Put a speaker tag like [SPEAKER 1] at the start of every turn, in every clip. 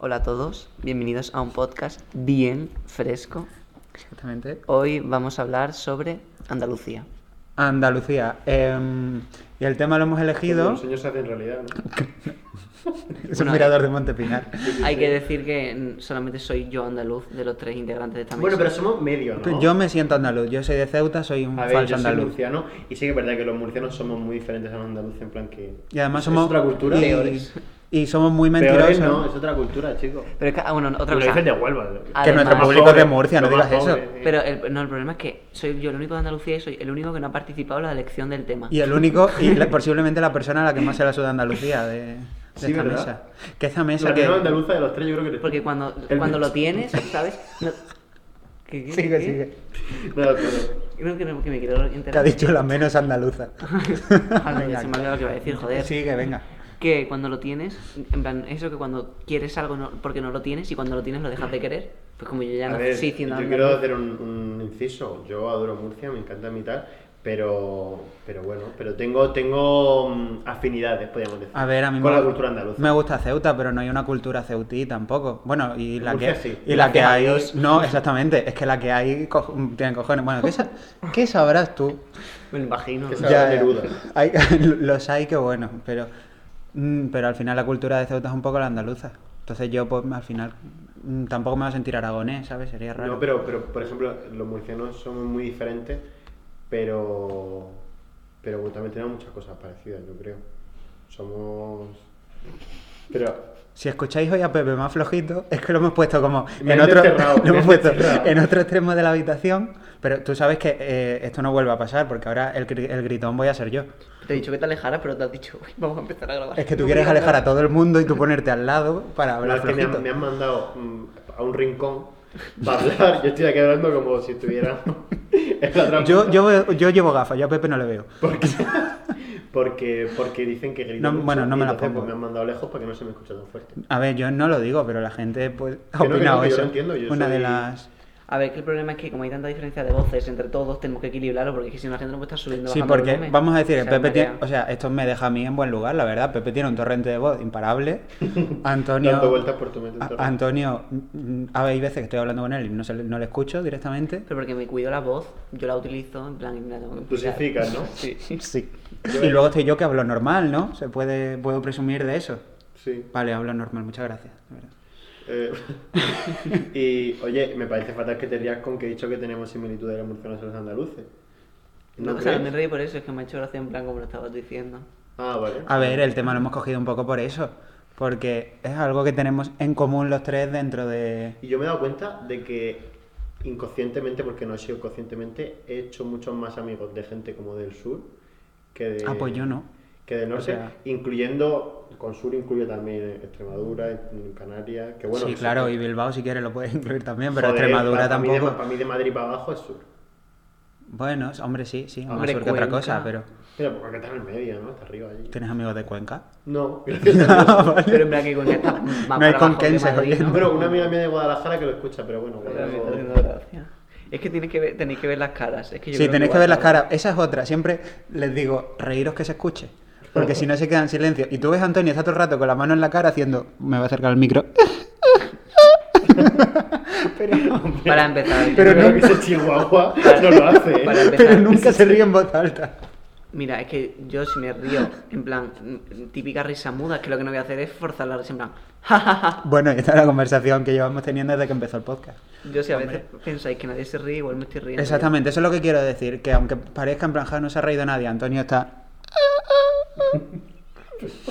[SPEAKER 1] Hola a todos, bienvenidos a un podcast bien fresco.
[SPEAKER 2] Exactamente.
[SPEAKER 1] Hoy vamos a hablar sobre Andalucía.
[SPEAKER 2] Andalucía. em, y el tema lo hemos elegido.
[SPEAKER 3] Los sueños se hacen realidad, ¿no?
[SPEAKER 2] Es un
[SPEAKER 1] Bueno,
[SPEAKER 2] mirador
[SPEAKER 3] eh,
[SPEAKER 2] de Montepinar.
[SPEAKER 1] Hay que decir que mm, solamente soy yo andaluz de los tres integrantes de esta mesa.
[SPEAKER 3] Bueno, pero somos medio, ¿no?
[SPEAKER 2] Yo me siento andaluz. Yo soy de Ceuta, soy un
[SPEAKER 3] A ver,
[SPEAKER 2] falso
[SPEAKER 3] yo soy
[SPEAKER 2] andaluz.
[SPEAKER 3] murciano y sí que es verdad que los murcianos somos muy diferentes a los andaluces, en plan que...
[SPEAKER 2] Y además
[SPEAKER 3] es
[SPEAKER 2] somos.
[SPEAKER 3] otra cultura.
[SPEAKER 2] y-
[SPEAKER 3] Peores.
[SPEAKER 2] Y somos muy mentirosos.
[SPEAKER 3] Peores no, es otra cultura, chicos.
[SPEAKER 1] Pero es que, ah, bueno, otra
[SPEAKER 3] Lo
[SPEAKER 1] cosa.
[SPEAKER 3] dicen de Huelva. ¿no?
[SPEAKER 1] Ah,
[SPEAKER 2] Que
[SPEAKER 1] Además-
[SPEAKER 2] nuestro
[SPEAKER 1] Lo más
[SPEAKER 2] público es de Murcia, no
[SPEAKER 3] Lo más
[SPEAKER 2] digas eso.
[SPEAKER 3] pobre, eh.
[SPEAKER 1] Pero el, no, el problema es que soy yo el único de Andalucía y soy el único que no ha participado en la elección del tema.
[SPEAKER 2] Y el único, y la- posiblemente la persona a la que más se la suda Andalucía de, de
[SPEAKER 3] Sí,
[SPEAKER 2] esta
[SPEAKER 3] ¿verdad?
[SPEAKER 2] mesa. Que esta mesa
[SPEAKER 3] La
[SPEAKER 2] que.
[SPEAKER 3] menos andaluza de los tres, yo creo que... eres tú.
[SPEAKER 1] Porque cuando,
[SPEAKER 3] El-
[SPEAKER 1] cuando lo ¿eh? tienes, ¿sabes? No- ¿Qué, qué,
[SPEAKER 2] Sigue,
[SPEAKER 1] qué?
[SPEAKER 2] sigue.
[SPEAKER 3] No, pero-
[SPEAKER 1] Creo que, no- que me quiero enterar.
[SPEAKER 2] Que ha dicho la menos andaluza.
[SPEAKER 1] Joder,
[SPEAKER 2] Venga.
[SPEAKER 1] se me ha olvidado lo que iba a decir, joder.
[SPEAKER 2] Sigue, venga.
[SPEAKER 1] Que cuando lo tienes, en plan, eso que cuando quieres algo no- porque no lo tienes y cuando lo tienes lo dejas de querer, pues como yo ya
[SPEAKER 3] A
[SPEAKER 1] no
[SPEAKER 3] ver,
[SPEAKER 1] sí,
[SPEAKER 3] yo
[SPEAKER 1] siendo
[SPEAKER 3] quiero
[SPEAKER 1] andaluz.
[SPEAKER 3] hacer un, un inciso. Yo adoro Murcia, me encanta mi tal, pero, pero bueno, pero tengo, tengo mm, afinidades, podríamos decir,
[SPEAKER 2] A ver, a mí
[SPEAKER 3] con
[SPEAKER 2] me,
[SPEAKER 3] la cultura andaluza.
[SPEAKER 2] me gusta Ceuta, pero no hay una cultura ceutí tampoco. Bueno, y la
[SPEAKER 3] Murcia
[SPEAKER 2] que,
[SPEAKER 3] sí.
[SPEAKER 2] y la que
[SPEAKER 3] Gracias a
[SPEAKER 2] hay.
[SPEAKER 3] Dios.
[SPEAKER 2] No, exactamente. Es que la que hay co- tienen cojones. Bueno, ¿qué, sa- qué sabrás tú?
[SPEAKER 1] Me lo imagino.
[SPEAKER 3] Que se- Sabrá Neruda.
[SPEAKER 2] hay- los hay que bueno, pero, mm, pero al final la cultura de Ceuta es un poco la andaluza. Entonces yo, pues al final, mm, tampoco me voy a sentir aragonés, ¿sabes? Sería raro.
[SPEAKER 3] No, pero, pero por ejemplo, los murcianos somos muy diferentes, pero, pero bueno, también tenemos muchas cosas parecidas, yo creo. Somos... Pero
[SPEAKER 2] Si escucháis hoy a Pepe más flojito, es que lo hemos puesto como
[SPEAKER 3] Me
[SPEAKER 2] en
[SPEAKER 3] han
[SPEAKER 2] otro,
[SPEAKER 3] desterrado,
[SPEAKER 2] lo
[SPEAKER 3] me
[SPEAKER 2] hemos
[SPEAKER 3] han
[SPEAKER 2] puesto
[SPEAKER 3] desterrado.
[SPEAKER 2] en otro extremo de la habitación, pero tú sabes que eh, esto no vuelve a pasar porque ahora el, gri- el gritón voy a ser yo.
[SPEAKER 1] Te he dicho que te alejaras, pero te has dicho, "Uy, vamos a empezar a grabar.
[SPEAKER 2] Es que tú quieres alejar a todo el mundo y tú ponerte al lado para
[SPEAKER 3] la
[SPEAKER 2] hablar
[SPEAKER 3] verdad es que me
[SPEAKER 2] flojito.
[SPEAKER 3] han, me han mandado mm, a un rincón para hablar, yo estoy aquí hablando como si estuviera... en la otra-
[SPEAKER 2] Yo, yo, veo- yo llevo gafas, yo a Pepe no le veo.
[SPEAKER 3] Porque, porque, porque dicen que grito
[SPEAKER 2] No,
[SPEAKER 3] mucho
[SPEAKER 2] bueno, no
[SPEAKER 3] y
[SPEAKER 2] me la
[SPEAKER 3] entonces,
[SPEAKER 2] pongo.
[SPEAKER 3] pues, me han mandado lejos para que no se me escuche tan fuerte.
[SPEAKER 2] A ver, yo no lo digo, pero la gente pues ha
[SPEAKER 3] Que no, que
[SPEAKER 2] opinado
[SPEAKER 3] no, que yo
[SPEAKER 2] eso.
[SPEAKER 3] lo entiendo, yo
[SPEAKER 2] Una de
[SPEAKER 3] soy-
[SPEAKER 2] las...
[SPEAKER 1] A ver, que el problema es que como hay tanta diferencia de voces entre todos, tenemos que equilibrarlo porque es que si no la gente no puede estar subiendo.
[SPEAKER 2] Sí,
[SPEAKER 1] bajando el
[SPEAKER 2] porque
[SPEAKER 1] volumen.
[SPEAKER 2] vamos a decir
[SPEAKER 1] O
[SPEAKER 2] que
[SPEAKER 1] sea,
[SPEAKER 2] Pepe tiene...
[SPEAKER 1] marea.
[SPEAKER 2] O sea, esto me deja a mí en buen lugar, la verdad. Pepe tiene un torrente de voz imparable. Antonio...
[SPEAKER 3] Dando vueltas por tu mente.
[SPEAKER 2] A-
[SPEAKER 3] entonces.
[SPEAKER 2] Ah, Antonio, mm, a ver, hay veces que estoy hablando con él y no, se le- no le escucho directamente.
[SPEAKER 1] Pero porque me cuido la voz, yo la utilizo, en plan, la tengo que
[SPEAKER 3] Tú
[SPEAKER 1] cuidar.
[SPEAKER 3] significas, ¿no?
[SPEAKER 1] Sí.
[SPEAKER 2] Sí. Y luego estoy yo que hablo normal, ¿no? Se puede, puedo presumir de eso.
[SPEAKER 3] Sí.
[SPEAKER 2] Vale, hablo normal, muchas gracias. de verdad.
[SPEAKER 3] Eh, y oye, me parece fatal que te rías con que he dicho que tenemos similitudes de los murcianos y los andaluces.
[SPEAKER 1] No,
[SPEAKER 3] ¿No
[SPEAKER 1] o sea,
[SPEAKER 3] crees?
[SPEAKER 1] me reí por eso, es que me ha hecho gracia en plan como lo estabas diciendo.
[SPEAKER 3] Ah, vale.
[SPEAKER 2] A ver, el tema lo hemos cogido un poco por eso, porque es algo que tenemos en común los tres dentro de...
[SPEAKER 3] Y yo me he dado cuenta de que inconscientemente, porque no ha sido conscientemente, he hecho muchos más amigos de gente como del sur que de.
[SPEAKER 2] Ah, pues yo no.
[SPEAKER 3] Que del norte,
[SPEAKER 2] O sea-
[SPEAKER 3] incluyendo. Con sur incluye también Extremadura, Canarias, que bueno.
[SPEAKER 2] sí,
[SPEAKER 3] que
[SPEAKER 2] claro,
[SPEAKER 3] sí.
[SPEAKER 2] y Bilbao si quieres lo puedes incluir también, pero
[SPEAKER 3] Joder,
[SPEAKER 2] Extremadura
[SPEAKER 3] para mí de-
[SPEAKER 2] tampoco.
[SPEAKER 3] para mí de Madrid para abajo es sur.
[SPEAKER 2] Bueno, hombre, sí, sí, más
[SPEAKER 1] Hombre,
[SPEAKER 2] sur que otra
[SPEAKER 1] Cuenca.
[SPEAKER 2] cosa, pero...
[SPEAKER 3] Pero porque está en el medio, ¿no? Está arriba allí.
[SPEAKER 2] ¿Tienes amigos de Cuenca?
[SPEAKER 3] No, gracias a Dios.
[SPEAKER 1] Pero en plan que con está más
[SPEAKER 2] Ah, No
[SPEAKER 1] para
[SPEAKER 2] hay
[SPEAKER 1] abajo que
[SPEAKER 2] conquenses,
[SPEAKER 1] Madrid,
[SPEAKER 2] oye.
[SPEAKER 1] ¿no?
[SPEAKER 3] Bueno, una amiga mía de Guadalajara que lo escucha, pero bueno,
[SPEAKER 1] Pero me está haciendo
[SPEAKER 3] Guadalajara.
[SPEAKER 1] gracia. Es que tienes que ver, tenéis que ver las caras. Es que yo
[SPEAKER 2] Sí,
[SPEAKER 1] creo
[SPEAKER 2] tenéis que ver las
[SPEAKER 1] WhatsApp-
[SPEAKER 2] caras. Esa es otra. Siempre les digo, reíros que se escuche. Porque si no se queda en silencio. Y tú ves a Antonio, está todo el rato con la mano en la cara haciendo, me va a acercar al micro.
[SPEAKER 1] Para empezar.
[SPEAKER 2] Pero
[SPEAKER 3] Pero
[SPEAKER 2] no-
[SPEAKER 3] no que ese chihuahua no lo hace. ¿eh?
[SPEAKER 1] Para empezar.
[SPEAKER 2] Pero nunca se ríe en voz alta.
[SPEAKER 1] Mira, es que yo si me río, en plan, mm, típica risa muda, es que lo que no voy a hacer es forzar la risa, en plan, jajaja.
[SPEAKER 2] Bueno, y esta es la conversación que llevamos teniendo desde que empezó el podcast.
[SPEAKER 1] Yo si a veces pensáis que nadie se ríe, igual me estoy riendo.
[SPEAKER 2] Exactamente, eso es lo que quiero decir. Que aunque parezca en plan, "Ja, no se ha reído nadie, Antonio está...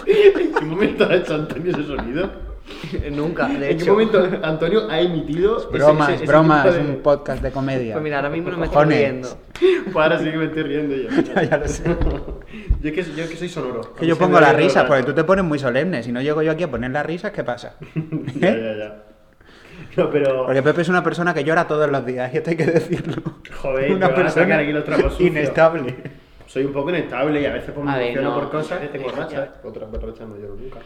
[SPEAKER 3] ¿En qué momento ha hecho Antonio ese sonido?
[SPEAKER 1] nunca, de
[SPEAKER 3] ¿En
[SPEAKER 1] hecho.
[SPEAKER 3] qué momento Antonio ha emitido ese-
[SPEAKER 2] Broma,
[SPEAKER 3] ese-
[SPEAKER 2] es
[SPEAKER 3] ese
[SPEAKER 2] broma,
[SPEAKER 3] tipo
[SPEAKER 2] es
[SPEAKER 3] de-
[SPEAKER 2] un podcast de comedia.
[SPEAKER 1] Pues mira, ahora mismo no me estoy
[SPEAKER 2] Cojones.
[SPEAKER 1] riendo.
[SPEAKER 3] Pues ahora sí que me estoy riendo yo.
[SPEAKER 2] Ya, ya lo sé.
[SPEAKER 3] Yo es que, yo es que soy sonoro.
[SPEAKER 2] Que yo pongo las risas, porque tú te pones muy solemne. Si no llego yo aquí a poner las risas, ¿qué pasa?
[SPEAKER 3] pones. Ya, ya, ya. No, pero.
[SPEAKER 2] ¿Eh? Porque Pepe es una persona que llora todos los días, y esto hay que decirlo.
[SPEAKER 3] Joder, me van a sacar aquí los trapos sucios.
[SPEAKER 2] inestable.
[SPEAKER 3] Soy un poco inestable y a veces pues, me
[SPEAKER 1] A ver,
[SPEAKER 3] emociono
[SPEAKER 1] no,
[SPEAKER 3] por cosas. Tengo
[SPEAKER 1] escucha.
[SPEAKER 3] rachas. Otras rachas no lloro nunca.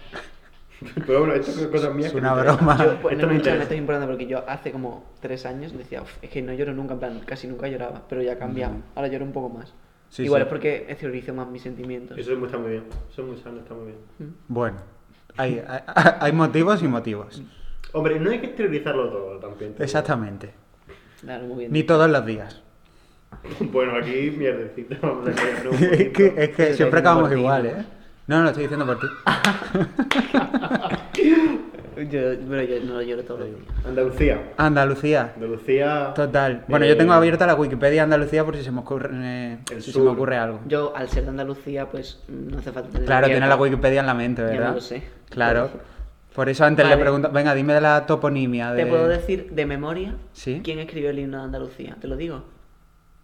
[SPEAKER 3] Pero bueno, esto son cosas mías.
[SPEAKER 2] Es
[SPEAKER 3] que
[SPEAKER 2] una
[SPEAKER 3] me interesan.
[SPEAKER 2] broma.
[SPEAKER 1] Yo, pues,
[SPEAKER 3] Esto
[SPEAKER 1] no,
[SPEAKER 3] me
[SPEAKER 1] me estoy- me
[SPEAKER 3] interesa.
[SPEAKER 1] estoy importando porque yo hace como tres años decía, "Uf, es que no lloro nunca, en plan, casi nunca lloraba, pero ya ha cambiado. Ahora lloro un poco más.
[SPEAKER 2] Mm. Sí,
[SPEAKER 1] igual
[SPEAKER 2] sí.
[SPEAKER 1] es porque exteriorizo más mis sentimientos.
[SPEAKER 3] Eso es muy- está muy bien. Eso es muy sano, está muy bien.
[SPEAKER 2] Bueno, hay, hay, hay motivos y motivos.
[SPEAKER 3] Hombre, no hay que exteriorizarlo todo también. te digo.
[SPEAKER 2] Exactamente.
[SPEAKER 1] Claro, muy bien.
[SPEAKER 2] Ni todos los días.
[SPEAKER 3] Bueno, aquí mierdecita, vamos a callarnos un
[SPEAKER 2] es que, es que
[SPEAKER 1] Sí,
[SPEAKER 2] siempre
[SPEAKER 1] es por
[SPEAKER 2] acabamos
[SPEAKER 1] ti,
[SPEAKER 2] igual,
[SPEAKER 1] ¿no?
[SPEAKER 2] ¿eh? No, no, lo estoy diciendo por ti.
[SPEAKER 1] Yo, pero yo no lo lloro todos los días.
[SPEAKER 3] poquito. Andalucía.
[SPEAKER 2] Andalucía.
[SPEAKER 3] Andalucía.
[SPEAKER 2] Total. Bueno, yo
[SPEAKER 3] eh,
[SPEAKER 2] tengo abierta la Wikipedia de Andalucía por si se me ocurre, eh,
[SPEAKER 3] El
[SPEAKER 2] si se me
[SPEAKER 3] sur.
[SPEAKER 2] ocurre algo.
[SPEAKER 1] Yo, al ser de Andalucía, pues no hace falta tener
[SPEAKER 2] Claro, tiene
[SPEAKER 1] abierta.
[SPEAKER 2] la Wikipedia en la mente,
[SPEAKER 1] Ya
[SPEAKER 2] ¿verdad?
[SPEAKER 1] me lo sé.
[SPEAKER 2] Claro. Por eso antes le
[SPEAKER 1] Vale.
[SPEAKER 2] pregunto, venga, dime de la toponimia de...
[SPEAKER 1] Te puedo decir de memoria
[SPEAKER 2] ¿Sí? Mm.
[SPEAKER 1] quién escribió el himno de Andalucía. Te lo digo.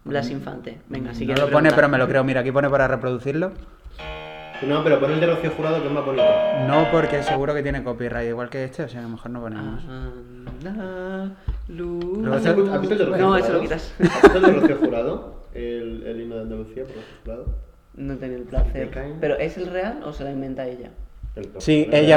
[SPEAKER 1] Blas Infante. Venga, si
[SPEAKER 2] No
[SPEAKER 1] quieres
[SPEAKER 2] lo pone,
[SPEAKER 1] preguntar.
[SPEAKER 2] pero me lo creo. Mira, aquí pone para reproducirlo.
[SPEAKER 3] No, pero pon el de Rocío Jurado que es más bonito.
[SPEAKER 2] No, porque seguro que tiene copyright, igual que este, o sea, a lo mejor no
[SPEAKER 1] Ah,
[SPEAKER 2] ponemos. Luego
[SPEAKER 1] Andalucía.
[SPEAKER 3] ¿Has escu- has visto el de Rocío
[SPEAKER 1] No,
[SPEAKER 3] Jurado?
[SPEAKER 1] eso lo quitas.
[SPEAKER 3] ¿Has visto el de Rocío Jurado? El, el himno de Andalucía por Rocío Jurado.
[SPEAKER 1] No tenía el
[SPEAKER 3] Me
[SPEAKER 1] placer.
[SPEAKER 3] cae.
[SPEAKER 1] ¿Pero es el real o se la inventa ella?
[SPEAKER 3] El top.
[SPEAKER 2] Sí, ella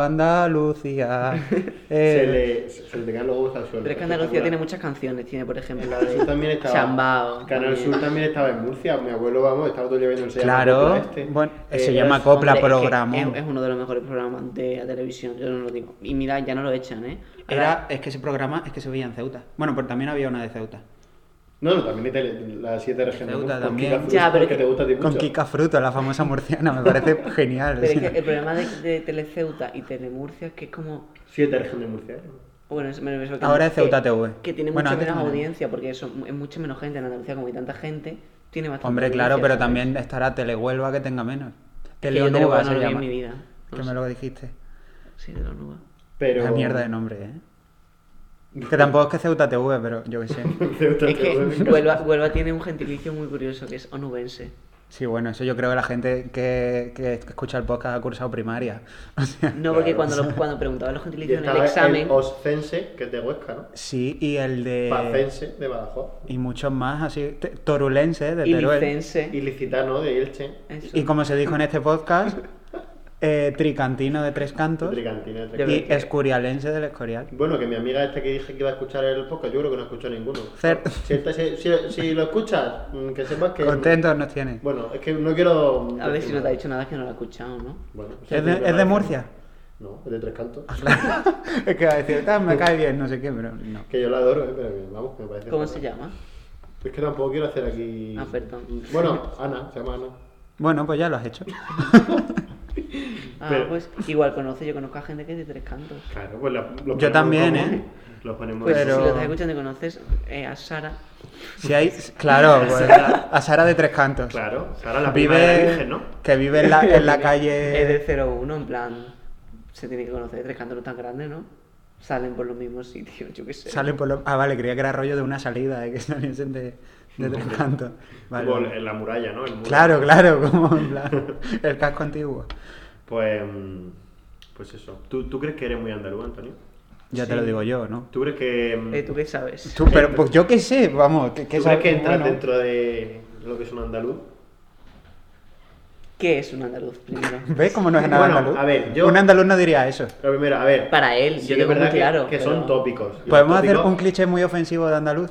[SPEAKER 2] Andalucía.
[SPEAKER 3] Se
[SPEAKER 2] eh,
[SPEAKER 3] le, se se le caen los huevos al suelo.
[SPEAKER 1] Pero es que Andalucía tiene muchas canciones. Tiene, por ejemplo, la
[SPEAKER 3] Canal Sur también
[SPEAKER 1] de
[SPEAKER 3] estaba.
[SPEAKER 1] Chambao.
[SPEAKER 3] Canal
[SPEAKER 1] también.
[SPEAKER 3] Sur también estaba en Murcia. Mi abuelo, vamos, estaba todo llevando el sello.
[SPEAKER 2] Claro.
[SPEAKER 3] este.
[SPEAKER 2] Bueno,
[SPEAKER 3] Eh,
[SPEAKER 2] se llama Copla. Copla,
[SPEAKER 1] Hombre, es que
[SPEAKER 2] programón.
[SPEAKER 1] Es, es uno de los mejores programas de la televisión, yo no lo digo. Y mira, ya no lo echan, ¿eh?
[SPEAKER 2] Era, es que ese programa es que se veía en Ceuta. Bueno, pero también había una de Ceuta.
[SPEAKER 3] No, no, también está las siete regiones.
[SPEAKER 2] Ceuta
[SPEAKER 3] ¿no? Con
[SPEAKER 2] también.
[SPEAKER 3] Kika Cruz,
[SPEAKER 1] Ya, pero
[SPEAKER 3] que
[SPEAKER 1] es
[SPEAKER 3] te
[SPEAKER 1] que-
[SPEAKER 3] gusta a ti mucho.
[SPEAKER 2] Con Kika Fruto, la famosa murciana, me parece genial.
[SPEAKER 1] Pero es
[SPEAKER 2] sí.
[SPEAKER 1] que el problema de, de Teleceuta y Telemurcia es que es como.
[SPEAKER 3] Siete regiones murcianas.
[SPEAKER 1] Bueno, es, me- me- me-
[SPEAKER 2] Ahora es
[SPEAKER 1] que-
[SPEAKER 2] Ceuta TV.
[SPEAKER 1] Que tiene
[SPEAKER 2] Bueno,
[SPEAKER 1] mucha
[SPEAKER 2] antes
[SPEAKER 1] menos
[SPEAKER 2] también.
[SPEAKER 1] audiencia, porque eso, es mucha menos gente en Andalucía, como hay tanta gente, tiene bastante.
[SPEAKER 2] Hombre, claro,
[SPEAKER 1] audiencia,
[SPEAKER 2] pero
[SPEAKER 1] ¿sabes?
[SPEAKER 2] también estará Telehuelva que tenga menos.
[SPEAKER 1] Que yo
[SPEAKER 2] Teleonuba
[SPEAKER 1] Telehuelva no
[SPEAKER 2] se
[SPEAKER 1] lo vi en
[SPEAKER 2] llama.
[SPEAKER 1] mi vida. No
[SPEAKER 2] Que
[SPEAKER 1] sé.
[SPEAKER 2] me lo dijiste.
[SPEAKER 1] Sí, Teleonuba.
[SPEAKER 3] Pero...
[SPEAKER 2] Una mierda de nombre, ¿eh? Que tampoco es que Ceuta TV, pero yo qué sé.
[SPEAKER 3] Ceuta,
[SPEAKER 1] Es
[SPEAKER 3] Ceuta,
[SPEAKER 1] que
[SPEAKER 3] venga.
[SPEAKER 1] Huelva, Huelva tiene un gentilicio muy curioso que es onubense.
[SPEAKER 2] Sí, bueno, eso yo creo que la gente que, que escucha el podcast ha cursado primaria. O sea,
[SPEAKER 1] No, porque
[SPEAKER 3] Claro.
[SPEAKER 1] cuando, los- cuando preguntaban los
[SPEAKER 3] Y
[SPEAKER 1] gentilicios en el
[SPEAKER 3] estaba
[SPEAKER 1] examen.
[SPEAKER 3] el Oscense, que es de Huesca, ¿no?
[SPEAKER 2] sí, y el de...
[SPEAKER 3] Pacense, de Badajoz.
[SPEAKER 2] Y muchos más, así. te- Torulense, de
[SPEAKER 1] y
[SPEAKER 2] Teruel.
[SPEAKER 1] license.
[SPEAKER 3] Ilicitano, de Elche.
[SPEAKER 1] eso.
[SPEAKER 2] Y como se dijo en este podcast, eh, Tricantino de Tres Cantos
[SPEAKER 3] Tricantina,
[SPEAKER 1] Yo
[SPEAKER 2] y
[SPEAKER 1] creo que-
[SPEAKER 2] Escurialense del Escorial.
[SPEAKER 3] Bueno, que mi amiga esta que dije que iba a escuchar el podcast, yo creo que no escuchó ninguno.
[SPEAKER 2] Cer-
[SPEAKER 3] Si, esta- si- si- si lo escuchas, mm, que sepas que...
[SPEAKER 2] Contentos nos tiene.
[SPEAKER 3] Bueno, es que no quiero...
[SPEAKER 1] A ver
[SPEAKER 3] decir
[SPEAKER 1] si no te ha
[SPEAKER 3] nada.
[SPEAKER 1] dicho nada que no lo ha escuchado, ¿no?
[SPEAKER 3] Bueno, o sea,
[SPEAKER 2] ¿Es de,
[SPEAKER 3] creo que
[SPEAKER 2] es de
[SPEAKER 3] no.
[SPEAKER 2] Murcia? Ah,
[SPEAKER 3] No, es de Tres Cantos.
[SPEAKER 2] es que va a decir, "Ah, me cae bien, no sé qué, pero no.
[SPEAKER 3] Que yo la adoro, ¿eh? pero que, vamos, que me parece...
[SPEAKER 1] ¿Cómo
[SPEAKER 3] fatal.
[SPEAKER 1] se llama?
[SPEAKER 3] Es que tampoco quiero hacer aquí...
[SPEAKER 1] Ah, perdón.
[SPEAKER 3] Bueno, Ana, se llama Ana.
[SPEAKER 2] Bueno, pues ya lo has hecho.
[SPEAKER 1] Ah,
[SPEAKER 3] Pero-
[SPEAKER 1] pues igual conoce, yo conozco a gente que es de tres cantos.
[SPEAKER 3] Claro, pues la- lo ponemos
[SPEAKER 2] Yo también,
[SPEAKER 3] como-
[SPEAKER 2] ¿eh?
[SPEAKER 3] Lo ponemos
[SPEAKER 1] Pues
[SPEAKER 2] Pero-
[SPEAKER 1] si lo estás escuchando y conoces eh, a Sara,
[SPEAKER 2] Si hay, claro, pues, a Sara de Tres Cantos.
[SPEAKER 3] Claro, ahora la prima de la
[SPEAKER 2] Vive,
[SPEAKER 3] Virgen, ¿no?
[SPEAKER 2] que vive en la, en la
[SPEAKER 1] es
[SPEAKER 2] calle...
[SPEAKER 1] de 01, en plan, se tiene que conocer, tres cantos no tan grandes, ¿no? Salen por los mismos sitios, yo qué sé.
[SPEAKER 2] Sale por lo- Ah, vale, creía que era rollo de una salida, eh, que saliesen de, de Tres Cantos. Vale.
[SPEAKER 3] Como en la muralla, ¿no? El muro.
[SPEAKER 2] Claro, claro, como en plan, el casco antiguo.
[SPEAKER 3] Pues, mm, pues eso. ¿Tú, tú crees que eres muy andaluz, Antonio?
[SPEAKER 2] Ya te
[SPEAKER 1] Sí.
[SPEAKER 2] lo digo yo, ¿no?
[SPEAKER 3] ¿Tú crees que... mm,
[SPEAKER 1] Eh, ¿Tú qué sabes?
[SPEAKER 2] Tú, pero pues yo qué sé, vamos, que,
[SPEAKER 3] ¿tú
[SPEAKER 2] que
[SPEAKER 3] crees
[SPEAKER 2] sabes
[SPEAKER 3] que entras
[SPEAKER 2] bueno.
[SPEAKER 3] dentro de lo que es un andaluz?
[SPEAKER 1] ¿Qué es un andaluz primero?
[SPEAKER 2] ¿Ves cómo no es nada
[SPEAKER 3] Bueno,
[SPEAKER 2] andaluz?
[SPEAKER 3] a ver, yo-
[SPEAKER 2] Un andaluz no diría eso.
[SPEAKER 3] Lo primero, a ver.
[SPEAKER 1] Para él,
[SPEAKER 3] sí
[SPEAKER 1] yo
[SPEAKER 3] que
[SPEAKER 1] tengo
[SPEAKER 3] es verdad
[SPEAKER 1] muy
[SPEAKER 3] que-
[SPEAKER 1] claro,
[SPEAKER 3] Que,
[SPEAKER 1] pero-
[SPEAKER 3] son tópicos. Y
[SPEAKER 2] Podemos
[SPEAKER 3] los
[SPEAKER 2] hacer
[SPEAKER 3] tópicos-
[SPEAKER 2] un cliché muy ofensivo de andaluz,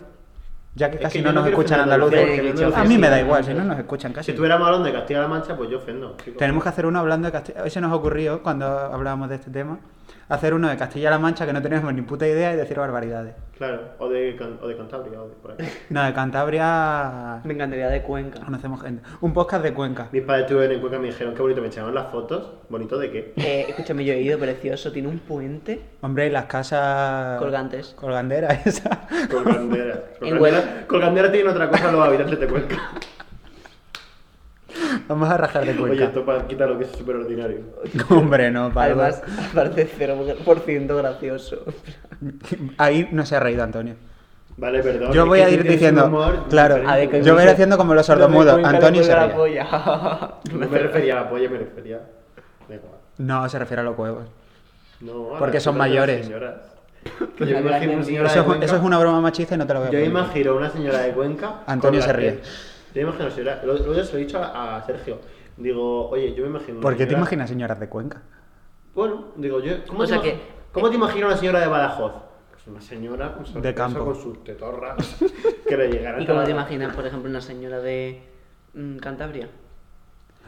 [SPEAKER 2] ya que
[SPEAKER 3] Es
[SPEAKER 2] casi
[SPEAKER 3] que
[SPEAKER 2] no
[SPEAKER 3] yo no
[SPEAKER 2] nos
[SPEAKER 3] quiero
[SPEAKER 2] escuchan
[SPEAKER 3] ofender a
[SPEAKER 2] andaluces.
[SPEAKER 3] nadie,
[SPEAKER 1] porque no
[SPEAKER 2] A mí me da
[SPEAKER 1] ofensivo.
[SPEAKER 2] igual, si no nos escuchan casi.
[SPEAKER 3] Si tú eras malón de Castilla-La Mancha, pues yo ofendo. chicos.
[SPEAKER 2] Tenemos que hacer uno hablando de Castilla. Hoy se nos ocurrió, cuando hablábamos de este tema, hacer uno de Castilla-La Mancha que no teníamos ni puta idea y decir barbaridades.
[SPEAKER 3] Claro, o de, Can- o de Cantabria, o de por ahí.
[SPEAKER 2] No, de Cantabria
[SPEAKER 1] Me encantaría de Cuenca.
[SPEAKER 2] conocemos gente. Un podcast de Cuenca.
[SPEAKER 3] Mis padres estuvieron en Cuenca y me dijeron, qué bonito, me echaron las fotos. ¿Bonito de qué?
[SPEAKER 1] Eh, escúchame, yo he ido, precioso, tiene un puente.
[SPEAKER 2] Hombre, y las casas...
[SPEAKER 1] Colgantes.
[SPEAKER 2] Colganderas, esas.
[SPEAKER 3] Colgandera.
[SPEAKER 1] En
[SPEAKER 3] Colgandera, Colgandera tiene otra cosa los habitantes de Cuenca.
[SPEAKER 2] Vamos a rajar de
[SPEAKER 3] Oye,
[SPEAKER 2] Cuenca.
[SPEAKER 3] esto para quitar lo que es súper ordinario.
[SPEAKER 2] Hombre, no, para
[SPEAKER 1] Además, aparte 0% gracioso.
[SPEAKER 2] Ahí no se ha reído Antonio.
[SPEAKER 3] Vale, perdón.
[SPEAKER 2] Yo
[SPEAKER 3] es
[SPEAKER 2] voy
[SPEAKER 3] que
[SPEAKER 2] a
[SPEAKER 3] tú
[SPEAKER 2] ir
[SPEAKER 3] tienes
[SPEAKER 2] diciendo,
[SPEAKER 3] un humor
[SPEAKER 2] claro,
[SPEAKER 3] diferente.
[SPEAKER 1] a ver, que
[SPEAKER 2] yo voy a ir
[SPEAKER 1] dice-
[SPEAKER 2] haciendo como los sordomudos, Antonio se
[SPEAKER 1] la
[SPEAKER 2] reía.
[SPEAKER 1] polla.
[SPEAKER 3] No me refería a la polla, me refería. Da igual.
[SPEAKER 2] No, se refiere a los huevos.
[SPEAKER 3] No, a
[SPEAKER 2] Porque
[SPEAKER 3] las
[SPEAKER 2] son
[SPEAKER 3] putas de las
[SPEAKER 2] mayores.
[SPEAKER 3] señoras. Que yo me
[SPEAKER 1] Habrá
[SPEAKER 3] imagino una
[SPEAKER 1] entendido.
[SPEAKER 3] señora
[SPEAKER 2] Eso
[SPEAKER 3] de
[SPEAKER 2] es,
[SPEAKER 3] Cuenca.
[SPEAKER 2] eso es una broma machista y no te lo voy a
[SPEAKER 3] Yo me
[SPEAKER 2] poner.
[SPEAKER 3] imagino una señora de Cuenca.
[SPEAKER 2] Antonio
[SPEAKER 3] con
[SPEAKER 2] se
[SPEAKER 3] la
[SPEAKER 2] ríe.
[SPEAKER 3] que- Yo me imagino, una señora. Lo, lo- yo se lo he dicho a, a Sergio. Digo, oye, yo me imagino. una
[SPEAKER 2] ¿Por qué te
[SPEAKER 3] señora-
[SPEAKER 2] imaginas señoras de Cuenca?
[SPEAKER 3] Bueno, digo, yo. ¿Cómo,
[SPEAKER 1] O
[SPEAKER 3] te,
[SPEAKER 1] sea
[SPEAKER 3] ima-
[SPEAKER 1] que- eh
[SPEAKER 3] ¿cómo te imaginas una señora de Badajoz? Pues una señora con su
[SPEAKER 2] De campo.
[SPEAKER 3] con sus tetorras. que le llegará
[SPEAKER 1] ¿Y cómo te imaginas, por ejemplo, una señora de mm, Cantabria?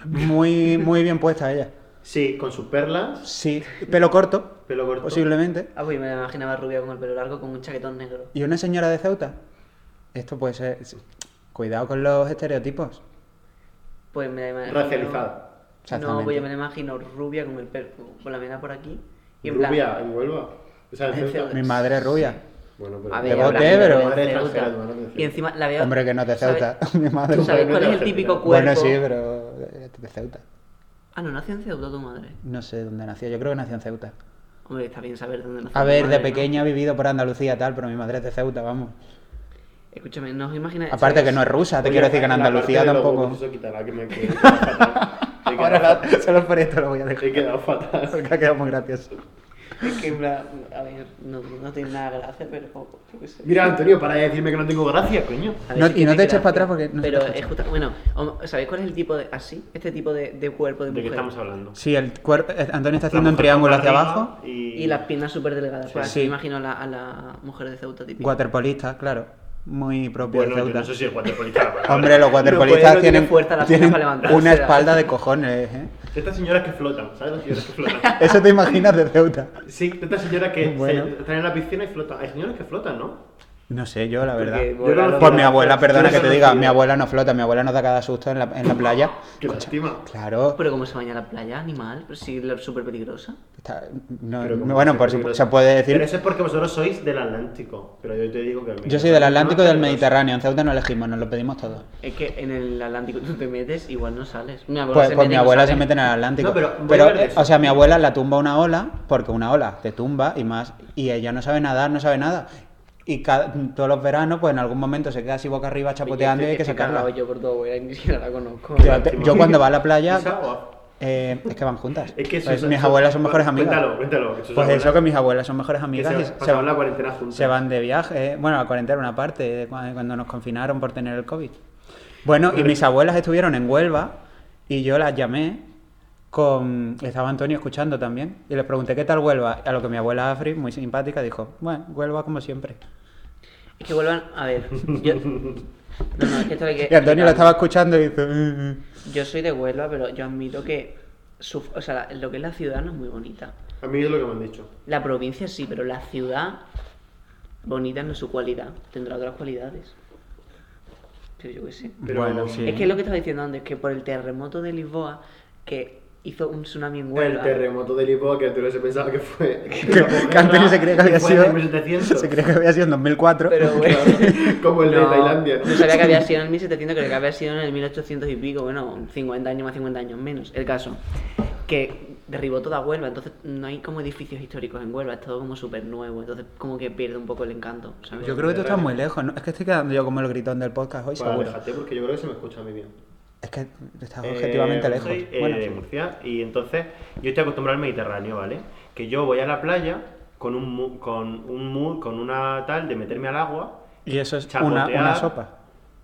[SPEAKER 2] Muy, muy bien puesta ella.
[SPEAKER 3] Sí, con sus perlas,
[SPEAKER 2] Sí, pelo corto,
[SPEAKER 3] pelo corto.
[SPEAKER 2] posiblemente.
[SPEAKER 1] Ah, pues yo me la imaginaba rubia con el pelo largo con un chaquetón negro.
[SPEAKER 2] ¿Y una señora de Ceuta? Esto puede ser... Cuidado con los estereotipos.
[SPEAKER 1] Pues me la imagino.
[SPEAKER 3] Racializada.
[SPEAKER 1] No,
[SPEAKER 2] Exactamente.
[SPEAKER 1] pues yo me la imagino rubia con el pelo, con la mena por aquí. Y en plan-
[SPEAKER 3] Rubia, en Huelva. O sea, en
[SPEAKER 1] En
[SPEAKER 3] Ceuta.
[SPEAKER 1] Ceuta.
[SPEAKER 2] Mi madre es rubia.
[SPEAKER 3] Bueno, pero...
[SPEAKER 1] A
[SPEAKER 2] De
[SPEAKER 1] ver,
[SPEAKER 2] bote,
[SPEAKER 1] habrá
[SPEAKER 2] pero-
[SPEAKER 1] gente de
[SPEAKER 3] Madre extranjera,
[SPEAKER 1] Ceuta.
[SPEAKER 3] madre de Ceuta.
[SPEAKER 1] Y encima la veo.
[SPEAKER 2] Hombre, que no es de
[SPEAKER 1] ¿sabes-
[SPEAKER 2] Ceuta. Mi madre.
[SPEAKER 1] ¿Tú sabes
[SPEAKER 3] Pero no
[SPEAKER 1] cuál es
[SPEAKER 3] es de
[SPEAKER 1] el
[SPEAKER 3] Ceuta.
[SPEAKER 1] típico cuerpo?
[SPEAKER 2] Bueno, sí, pero es de Ceuta.
[SPEAKER 1] Ah, no, nació en Ceuta tu madre.
[SPEAKER 2] No sé dónde nació. Yo creo que nació en Ceuta.
[SPEAKER 1] Hombre, está bien saber dónde nació.
[SPEAKER 2] A
[SPEAKER 1] tu
[SPEAKER 2] ver, de
[SPEAKER 1] madre, ¿no?
[SPEAKER 2] pequeña he vivido por Andalucía tal, pero mi madre es de Ceuta, vamos.
[SPEAKER 1] Escúchame, no os imagináis.
[SPEAKER 2] Aparte que
[SPEAKER 1] ¿sabes?
[SPEAKER 2] no es rusa, te
[SPEAKER 3] Oye,
[SPEAKER 2] quiero decir que en
[SPEAKER 3] la parte
[SPEAKER 2] Andalucía
[SPEAKER 3] de los
[SPEAKER 2] tampoco.
[SPEAKER 3] huevos, Eso quitará que me quede fatal. He quedado
[SPEAKER 2] Ahora
[SPEAKER 3] fatal.
[SPEAKER 2] la- solo por esto lo voy a dejar.
[SPEAKER 3] He quedado fatal.
[SPEAKER 2] Porque ha quedado muy gracioso.
[SPEAKER 1] Es que, en plan, a ver, no, no tiene nada de gracia, pero. yo qué sé.
[SPEAKER 3] Mira, Antonio, para de decirme que no tengo gracia, coño.
[SPEAKER 1] A ver,
[SPEAKER 2] No-
[SPEAKER 1] sí que
[SPEAKER 2] y no
[SPEAKER 1] tiene
[SPEAKER 2] te eches
[SPEAKER 1] gracia,
[SPEAKER 2] para atrás porque no se
[SPEAKER 1] pero
[SPEAKER 2] te escucha.
[SPEAKER 1] es justa- bueno, o- ¿sabéis cuál es el tipo de así? Este tipo de, de cuerpo de
[SPEAKER 3] ¿De
[SPEAKER 1] mujer.
[SPEAKER 3] qué estamos hablando?
[SPEAKER 2] Sí, el cuerpo. eh, Antonio está haciendo
[SPEAKER 3] La
[SPEAKER 2] un
[SPEAKER 3] mujer
[SPEAKER 2] triángulo
[SPEAKER 3] con
[SPEAKER 2] hacia
[SPEAKER 3] barriga
[SPEAKER 2] abajo.
[SPEAKER 1] Y las piernas súper delgadas. pues
[SPEAKER 2] Sí.
[SPEAKER 1] así imagino a la, a la mujer de Ceuta típica.
[SPEAKER 2] Waterpolista, claro. Muy propio
[SPEAKER 3] Bueno,
[SPEAKER 2] de
[SPEAKER 3] yo
[SPEAKER 2] Ceuta.
[SPEAKER 3] no sé si es waterpolista la palabra.
[SPEAKER 2] Hombre, los waterpolistas
[SPEAKER 1] no tiene
[SPEAKER 2] tienen,
[SPEAKER 1] fuerza las
[SPEAKER 2] tienen
[SPEAKER 1] piernas para levantarse,
[SPEAKER 2] una
[SPEAKER 1] ¿verdad?
[SPEAKER 2] espalda de cojones, ¿eh?
[SPEAKER 3] Estas señoras que flotan, ¿sabes? Las señoras que flotan.
[SPEAKER 2] Eso te imaginas de Ceuta.
[SPEAKER 3] Sí, de estas señoras que se-
[SPEAKER 2] Bueno.
[SPEAKER 3] están en la piscina y flotan. Hay señoras que flotan, ¿no?
[SPEAKER 2] No sé yo, la
[SPEAKER 1] Porque
[SPEAKER 2] verdad.
[SPEAKER 1] voy a
[SPEAKER 3] Yo
[SPEAKER 1] la-
[SPEAKER 3] no-
[SPEAKER 2] Pues mi abuela,
[SPEAKER 3] Yo
[SPEAKER 2] perdona que
[SPEAKER 3] no
[SPEAKER 2] te diga,
[SPEAKER 3] conocía.
[SPEAKER 2] mi abuela no flota, mi abuela nos da cada susto en la, en la playa. Pues,
[SPEAKER 3] Qué lástima.
[SPEAKER 2] Claro.
[SPEAKER 1] Pero cómo se baña la playa, animal, pero sí, la- súper peligrosa.
[SPEAKER 2] está- no,
[SPEAKER 3] Pero como
[SPEAKER 2] bueno,
[SPEAKER 3] que
[SPEAKER 2] por supuesto,
[SPEAKER 3] es peligroso.
[SPEAKER 2] se puede
[SPEAKER 3] Pero
[SPEAKER 2] decir.
[SPEAKER 3] eso es porque vosotros sois del Atlántico. Pero yo te digo que. el
[SPEAKER 2] Yo soy del
[SPEAKER 3] Mediterráneo
[SPEAKER 2] Atlántico y
[SPEAKER 3] no
[SPEAKER 2] del
[SPEAKER 3] es peligroso.
[SPEAKER 2] Mediterráneo. En Ceuta no elegimos, nos lo pedimos todos.
[SPEAKER 1] Es que en el Atlántico tú te metes, igual no sales. Mi abuela
[SPEAKER 2] Pues,
[SPEAKER 1] se
[SPEAKER 2] pues
[SPEAKER 1] mete
[SPEAKER 2] mi
[SPEAKER 1] y no
[SPEAKER 2] abuela
[SPEAKER 1] sale.
[SPEAKER 2] se mete en el Atlántico.
[SPEAKER 3] No, pero voy a
[SPEAKER 2] pero
[SPEAKER 3] ver de
[SPEAKER 2] eh,
[SPEAKER 3] eso.
[SPEAKER 2] o sea, mi abuela la tumba una ola, porque una ola te tumba y más, y ella no sabe nadar, no sabe nada. Y ca- todos los veranos, pues en algún momento se queda así boca arriba chapoteando y
[SPEAKER 1] Oye,
[SPEAKER 2] hay que
[SPEAKER 1] estoy
[SPEAKER 2] sacarla.
[SPEAKER 1] cagado Yo por tu abuela y ni siquiera la conozco.
[SPEAKER 2] Yo, te- yo cuando va a la playa,
[SPEAKER 3] Esa agua.
[SPEAKER 2] eh, es que van juntas.
[SPEAKER 3] Es que
[SPEAKER 2] Pues
[SPEAKER 3] sus-
[SPEAKER 2] mis
[SPEAKER 3] sus-
[SPEAKER 2] abuelas son mejores amigas.
[SPEAKER 3] Cuéntalo, cuéntalo. que sus
[SPEAKER 2] Pues eso, que
[SPEAKER 3] abuelas-
[SPEAKER 2] mis abuelas son mejores amigas
[SPEAKER 3] que
[SPEAKER 2] y
[SPEAKER 3] se,
[SPEAKER 2] se
[SPEAKER 3] pasaron
[SPEAKER 2] van,
[SPEAKER 3] la cuarentena juntas.
[SPEAKER 2] se van de viaje. eh, Bueno, la cuarentena una parte, eh, cua- cuando nos confinaron por tener el COVID. Bueno, y mis abuelas estuvieron en Huelva y yo las llamé con... Estaba Antonio escuchando también y les pregunté qué tal Huelva, a lo que mi abuela Afri, muy simpática, dijo, bueno, Huelva como siempre.
[SPEAKER 1] Es que vuelvan, a ver, yo... No, no, es que esto
[SPEAKER 3] Eh,
[SPEAKER 1] hay que...
[SPEAKER 2] Y
[SPEAKER 1] explicarlo.
[SPEAKER 2] Antonio la estaba escuchando y dice... "Mm, mm".
[SPEAKER 1] Yo soy de Huelva, pero yo admito que... su- O sea, la- lo que es la ciudad no es muy bonita.
[SPEAKER 3] A mí es lo que me han dicho.
[SPEAKER 1] La provincia sí, pero la ciudad bonita no es su cualidad. Tendrá otras cualidades. Pero yo qué sé.
[SPEAKER 3] Pero-
[SPEAKER 2] Bueno, sí.
[SPEAKER 1] Es que lo que estaba diciendo antes, que por el terremoto de Lisboa, que hizo un tsunami en
[SPEAKER 3] El
[SPEAKER 1] Huelva...
[SPEAKER 3] terremoto de Lisboa que Antonio se pensaba que fue.
[SPEAKER 2] que, que Antonio se creía que había
[SPEAKER 3] fue
[SPEAKER 2] sido...
[SPEAKER 3] En 1700.
[SPEAKER 2] Se creía que había sido en 2004.
[SPEAKER 1] Pero bueno...
[SPEAKER 3] Como el de
[SPEAKER 1] No,
[SPEAKER 3] Tailandia. ¿no?
[SPEAKER 1] Yo sabía que había sido en el 1700, creo que había sido en el 1800 y pico, bueno, 50 años más 50 años menos. El caso, que derribó toda Huelva, entonces no hay como edificios históricos en Huelva, es todo como súper nuevo, entonces como que pierde un poco el encanto, ¿sabes?
[SPEAKER 2] Yo creo que tú estás muy lejos, ¿no? Es que estoy quedando yo como el gritón del podcast hoy,
[SPEAKER 3] Pues
[SPEAKER 2] seguro.
[SPEAKER 3] aléjate porque yo creo que se me escucha muy bien.
[SPEAKER 2] Es que estás objetivamente
[SPEAKER 3] Eh,
[SPEAKER 2] lejos.
[SPEAKER 3] Soy eh,
[SPEAKER 2] Bueno,
[SPEAKER 3] de Murcia y entonces yo estoy acostumbrado al Mediterráneo, ¿vale? Que yo voy a la playa con un mu- con un mu- con una tal de meterme al agua,
[SPEAKER 2] y eso es una,
[SPEAKER 3] chapotear.
[SPEAKER 2] una sopa.